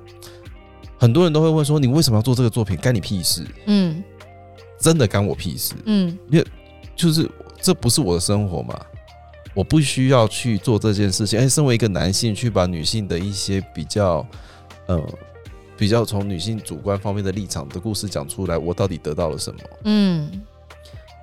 Speaker 2: 很多人都会问说你为什么要做这个作品，干你屁事？
Speaker 1: 嗯
Speaker 2: 真的干我屁事？
Speaker 1: 嗯
Speaker 2: 就是这不是我的生活嘛，我不需要去做这件事情。哎、身为一个男性，去把女性的一些比较，呃，比较从女性主观方面的立场的故事讲出来，我到底得到了什么？
Speaker 1: 嗯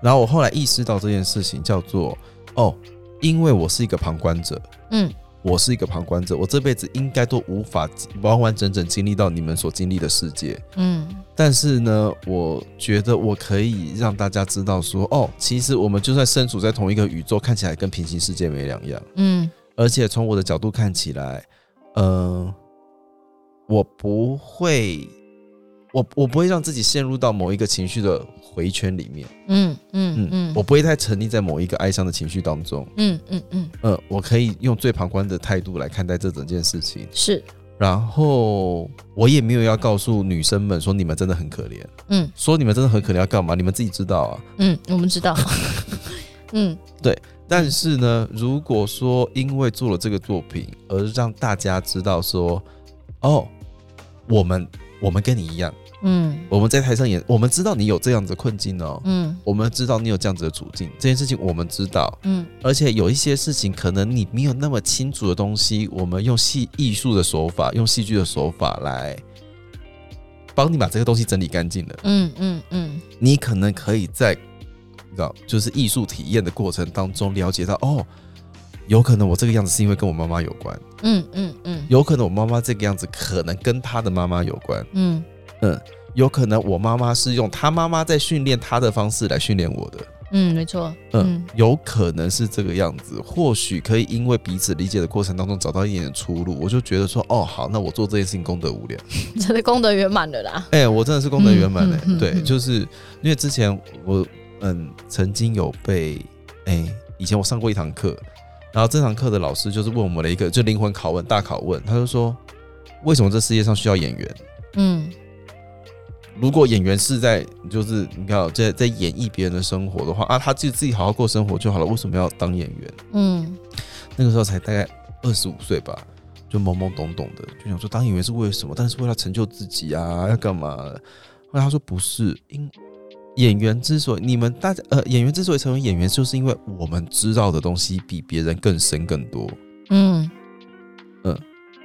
Speaker 2: 然后我后来意识到这件事情叫做哦，因为我是一个旁观者，
Speaker 1: 嗯
Speaker 2: 我是一个旁观者，我这辈子应该都无法完完整整经历到你们所经历的世界。
Speaker 1: 嗯
Speaker 2: 但是呢，我觉得我可以让大家知道说，哦，其实我们就算身处在同一个宇宙，看起来跟平行世界没两样。
Speaker 1: 嗯
Speaker 2: 而且从我的角度看起来，呃，我不会，我我不会让自己陷入到某一个情绪的回圈里面。
Speaker 1: 嗯嗯
Speaker 2: 嗯
Speaker 1: 嗯，，
Speaker 2: 我不会太沉溺在某一个哀伤的情绪当中。
Speaker 1: 嗯嗯嗯
Speaker 2: 嗯，我可以用最旁观的态度来看待这整件事情。
Speaker 1: 是
Speaker 2: 然后我也没有要告诉女生们说你们真的很可怜，
Speaker 1: 嗯
Speaker 2: 说你们真的很可怜要干嘛？你们自己知道啊。
Speaker 1: 嗯，我们知道。 嗯
Speaker 2: 但是呢，如果说因为做了这个作品而让大家知道说，哦，我们我们跟你一样，
Speaker 1: 嗯
Speaker 2: 我们在台上演，我们知道你有这样子的困境哦，
Speaker 1: 嗯
Speaker 2: 我们知道你有这样子的处境，这件事情我们知道，
Speaker 1: 嗯
Speaker 2: 而且有一些事情可能你没有那么清楚的东西，我们用戏艺术的手法，用戏剧的手法来帮你把这个东西整理干净了。
Speaker 1: 嗯嗯嗯
Speaker 2: 你可能可以在你知道，就是艺术体验的过程当中了解到，哦，有可能我这个样子是因为跟我妈妈有关，
Speaker 1: 嗯嗯嗯
Speaker 2: 有可能我妈妈这个样子可能跟她的妈妈有关，
Speaker 1: 嗯
Speaker 2: 嗯，有可能我妈妈是用她妈妈在训练她的方式来训练我的，
Speaker 1: 嗯，没错，
Speaker 2: 嗯
Speaker 1: 嗯，
Speaker 2: 有可能是这个样子，或许可以因为彼此理解的过程当中找到一点点出路。我就觉得说，哦，好，那我做这件事情功德无 量。
Speaker 1: 真嗯的功德圆满了啦。
Speaker 2: 哎、我真的是功德圆满
Speaker 1: 嗯
Speaker 2: 哎。
Speaker 1: 嗯嗯
Speaker 2: 对，
Speaker 1: 嗯
Speaker 2: 就是因为之前我嗯曾经有被哎、以前我上过一堂课，然后这堂课的老师就是问我们了一个就灵魂拷问大拷问，他就说为什么这世界上需要演员？
Speaker 1: 嗯
Speaker 2: 如果演员是在就是你看哦在在演绎别人的生活的话啊，他就自己好好过生活就好了，为什么要当演员？
Speaker 1: 嗯
Speaker 2: 那个时候才大概二十五岁吧，就懵懵懂懂的，就想说当演员是为了什么？但是为了成就自己啊，要干嘛？后来他说不是，因演员之所以你们大家呃演员之所以成为演员，就是因为我们知道的东西比别人更深更多。
Speaker 1: 嗯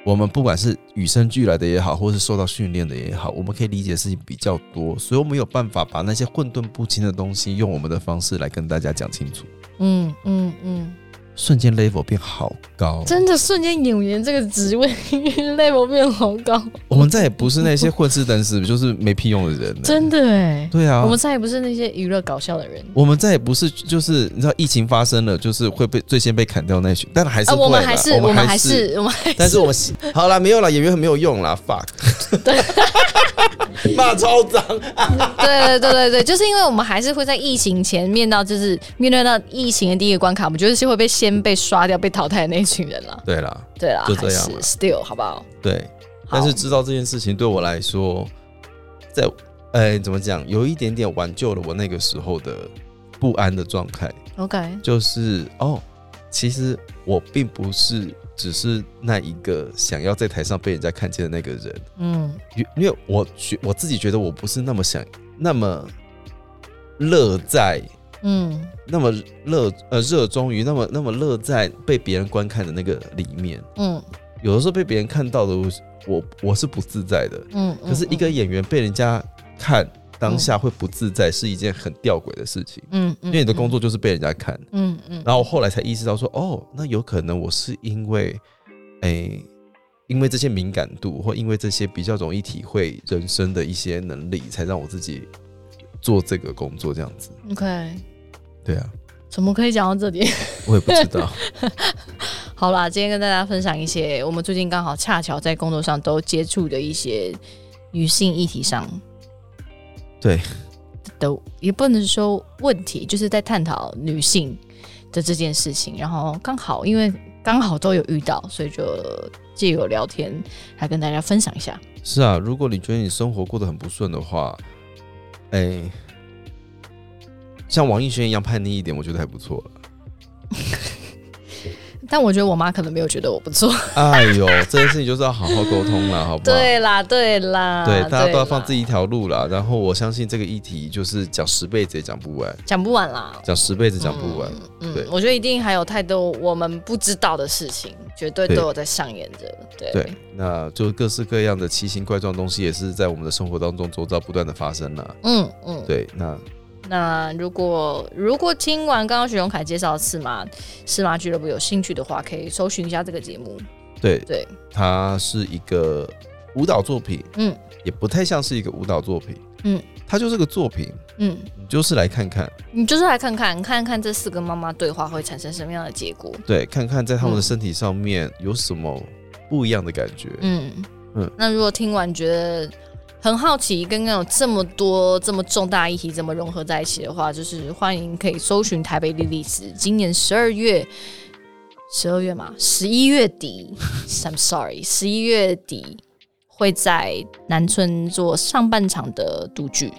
Speaker 2: 我们不管是与生俱来的也好，或是受到训练的也好，我们可以理解的事情比较多，所以我们有办法把那些混沌不清的东西，用我们的方式来跟大家讲清楚。
Speaker 1: 嗯嗯嗯，
Speaker 2: 瞬间 level 变好高，
Speaker 1: 真的瞬间演员这个职位 level 变好高，
Speaker 2: 我们再也不是那些混吃等死，就是没屁用的人了。
Speaker 1: 真的哎、
Speaker 2: 对啊，
Speaker 1: 我
Speaker 2: 我
Speaker 1: 们
Speaker 2: 们
Speaker 1: 再也不是那些娱乐搞笑的人
Speaker 2: 再也不是就是你知道疫情发生了，就是会被最先被砍掉那群，但还是
Speaker 1: 啊，
Speaker 2: 会啦、
Speaker 1: 我们还是
Speaker 2: 我
Speaker 1: 们
Speaker 2: 还
Speaker 1: 还，是我们还
Speaker 2: 但是我们好啦，没有啦，演员很没有用啦，fuck，
Speaker 1: 对
Speaker 2: 骂超脏，
Speaker 1: 对对对对对，就是因为我们还是会在疫情前面到，就是面对到疫情的第一个关卡，我们觉得是会被先被刷掉、被淘汰的那一群人了。
Speaker 2: 对啦，
Speaker 1: 对啦，
Speaker 2: 就这样
Speaker 1: 还
Speaker 2: 啦
Speaker 1: 是 still 好不好？
Speaker 2: 对，
Speaker 1: 好
Speaker 2: 但是知道这件事情对我来说，在呃怎么讲，有一点点挽救了我那个时候的不安的状态。
Speaker 1: OK，
Speaker 2: 就是哦，其实我并不是只是那一个想要在台上被人家看见的那个人，
Speaker 1: 嗯
Speaker 2: 因因为我觉我自己觉得我不是那么想那么乐在
Speaker 1: 嗯
Speaker 2: 那么热呃热衷于那么那么乐在被别人观看的那个里面，
Speaker 1: 嗯
Speaker 2: 有的时候被别人看到的我是我我是不自在的，
Speaker 1: 嗯。
Speaker 2: 可是一个演员被人家看当下会不自在是一件很吊诡的事情，
Speaker 1: 嗯，嗯
Speaker 2: 因为你的工，作就是被人家看。
Speaker 1: 嗯嗯
Speaker 2: 然后我后来才意识到说，哦，那有可能我是因为，诶、因为这些敏感度，或因为这些比较容易体会人生的一些能力，才让我自己做这个工作这样子。
Speaker 1: 嗯，OK，
Speaker 2: 对啊，
Speaker 1: 怎么可以讲到这里？
Speaker 2: 我也不知 道。
Speaker 1: 好啦，今天跟大家分享一些我们最近刚好恰巧在工作上都接触的一些女性议题上，
Speaker 2: 对
Speaker 1: 的，也不能说问题，就是在探讨女性的这件事情。然后刚好因为刚好都有遇到，所以就借由聊天来跟大家分享一下。
Speaker 2: 是啊，如果你觉得你生活过得很不顺的话，诶、像王艺轩一样叛逆一点，我觉得还不错了。
Speaker 1: 但我觉得我妈可能没有觉得我不错。
Speaker 2: 哎呦，这件事情就是要好好沟通了，好不好？
Speaker 1: 对啦，对啦，
Speaker 2: 对，大家都要放自
Speaker 1: 己
Speaker 2: 己一条路啦。然后我相信这个议题就是讲十辈子也讲不完，
Speaker 1: 讲不完啦。
Speaker 2: 讲十辈子讲不完。
Speaker 1: 嗯
Speaker 2: 对，
Speaker 1: 我觉得一定还有太多我们不知道的事情，绝对都
Speaker 2: 对
Speaker 1: 有在上演着。对，
Speaker 2: 对，那就各式各样的奇形怪状的东西也是在我们的生活当中周遭不断的发生了。
Speaker 1: 嗯嗯。
Speaker 2: 对，那
Speaker 1: 那如果如果听完刚刚许荣凯介绍的司马司马俱乐部有兴趣的话，可以搜寻一下这个节目。
Speaker 2: 对
Speaker 1: 对，
Speaker 2: 它是一个舞蹈作品，
Speaker 1: 嗯
Speaker 2: 也不太像是一个舞蹈作品，
Speaker 1: 嗯，
Speaker 2: 它就是个作品，
Speaker 1: 嗯，
Speaker 2: 你就是来看看，
Speaker 1: 你就是来看看看看这四个妈妈对话会产生什么样的结果。
Speaker 2: 对，看看在他们
Speaker 1: 嗯
Speaker 2: 的身体上面有什么不一样的感觉。
Speaker 1: 嗯
Speaker 2: 嗯
Speaker 1: 嗯。那如果听完觉得很好奇，跟刚刚有这么多这么重大议题怎么融合在一起的话，就是欢迎可以搜寻台北莉莉丝，今年十二月。十二月嘛，十一月底 ，I'm sorry，十一月底会在南村做上半场的独剧，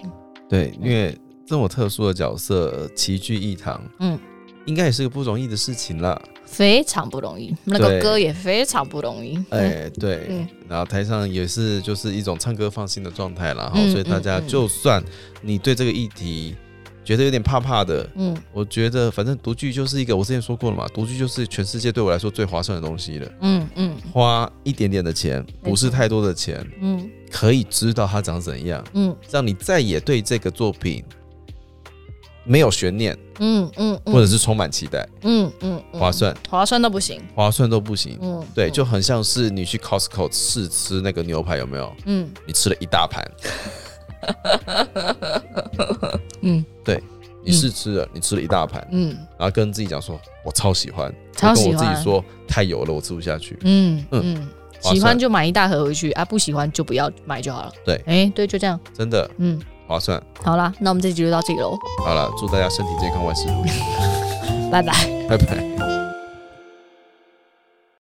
Speaker 2: 对，因为这么特殊的角色齐聚一堂，
Speaker 1: 嗯，
Speaker 2: 应该也是个不容易的事情啦。
Speaker 1: 非常不容易，那
Speaker 2: 对
Speaker 1: 个歌也非常不容易。
Speaker 2: 哎、对，
Speaker 1: 嗯
Speaker 2: 然后台上也是就是一种唱歌放心的状态啦，哈、
Speaker 1: 嗯
Speaker 2: 所以大家
Speaker 1: 嗯嗯
Speaker 2: 就算你对这个议题觉得有点怕怕的，
Speaker 1: 嗯
Speaker 2: 我觉得反正独剧就是一个，我之前说过了嘛，独剧就是全世界对我来说最划算的东西了，
Speaker 1: 嗯嗯
Speaker 2: 花一点点的钱，
Speaker 1: 没错
Speaker 2: 不是太多的钱，
Speaker 1: 嗯
Speaker 2: 可以知道它长怎样，
Speaker 1: 嗯
Speaker 2: 让你再也对这个作品没有悬念，
Speaker 1: 嗯嗯
Speaker 2: 或者是充满期待，
Speaker 1: 嗯嗯嗯
Speaker 2: 划算，
Speaker 1: 划算到不行。
Speaker 2: 划算都不行。
Speaker 1: 嗯，
Speaker 2: 对，
Speaker 1: 嗯
Speaker 2: 就很像是你去 Costco 试吃那个牛排，有没有？
Speaker 1: 嗯
Speaker 2: 你吃了一大盘，
Speaker 1: 嗯，
Speaker 2: 对，你试吃了，你吃了一大盘，
Speaker 1: 嗯
Speaker 2: 然后跟自己讲说，我超喜欢，
Speaker 1: 超
Speaker 2: 我跟
Speaker 1: 喜
Speaker 2: 我自己
Speaker 1: 欢
Speaker 2: 说太油了，我吃不下去。
Speaker 1: 嗯
Speaker 2: 嗯
Speaker 1: 嗯，
Speaker 2: 划
Speaker 1: 喜欢
Speaker 2: 算
Speaker 1: 就买一大盒回去啊，不喜欢就不要买就好了。
Speaker 2: 对
Speaker 1: 哎、对，就这样。
Speaker 2: 真的
Speaker 1: 嗯，
Speaker 2: 划算。
Speaker 1: 好啦，那我们这集就到这里喽，
Speaker 2: 好了，祝大家身体健康，万事如意，
Speaker 1: 拜拜。
Speaker 2: 拜拜。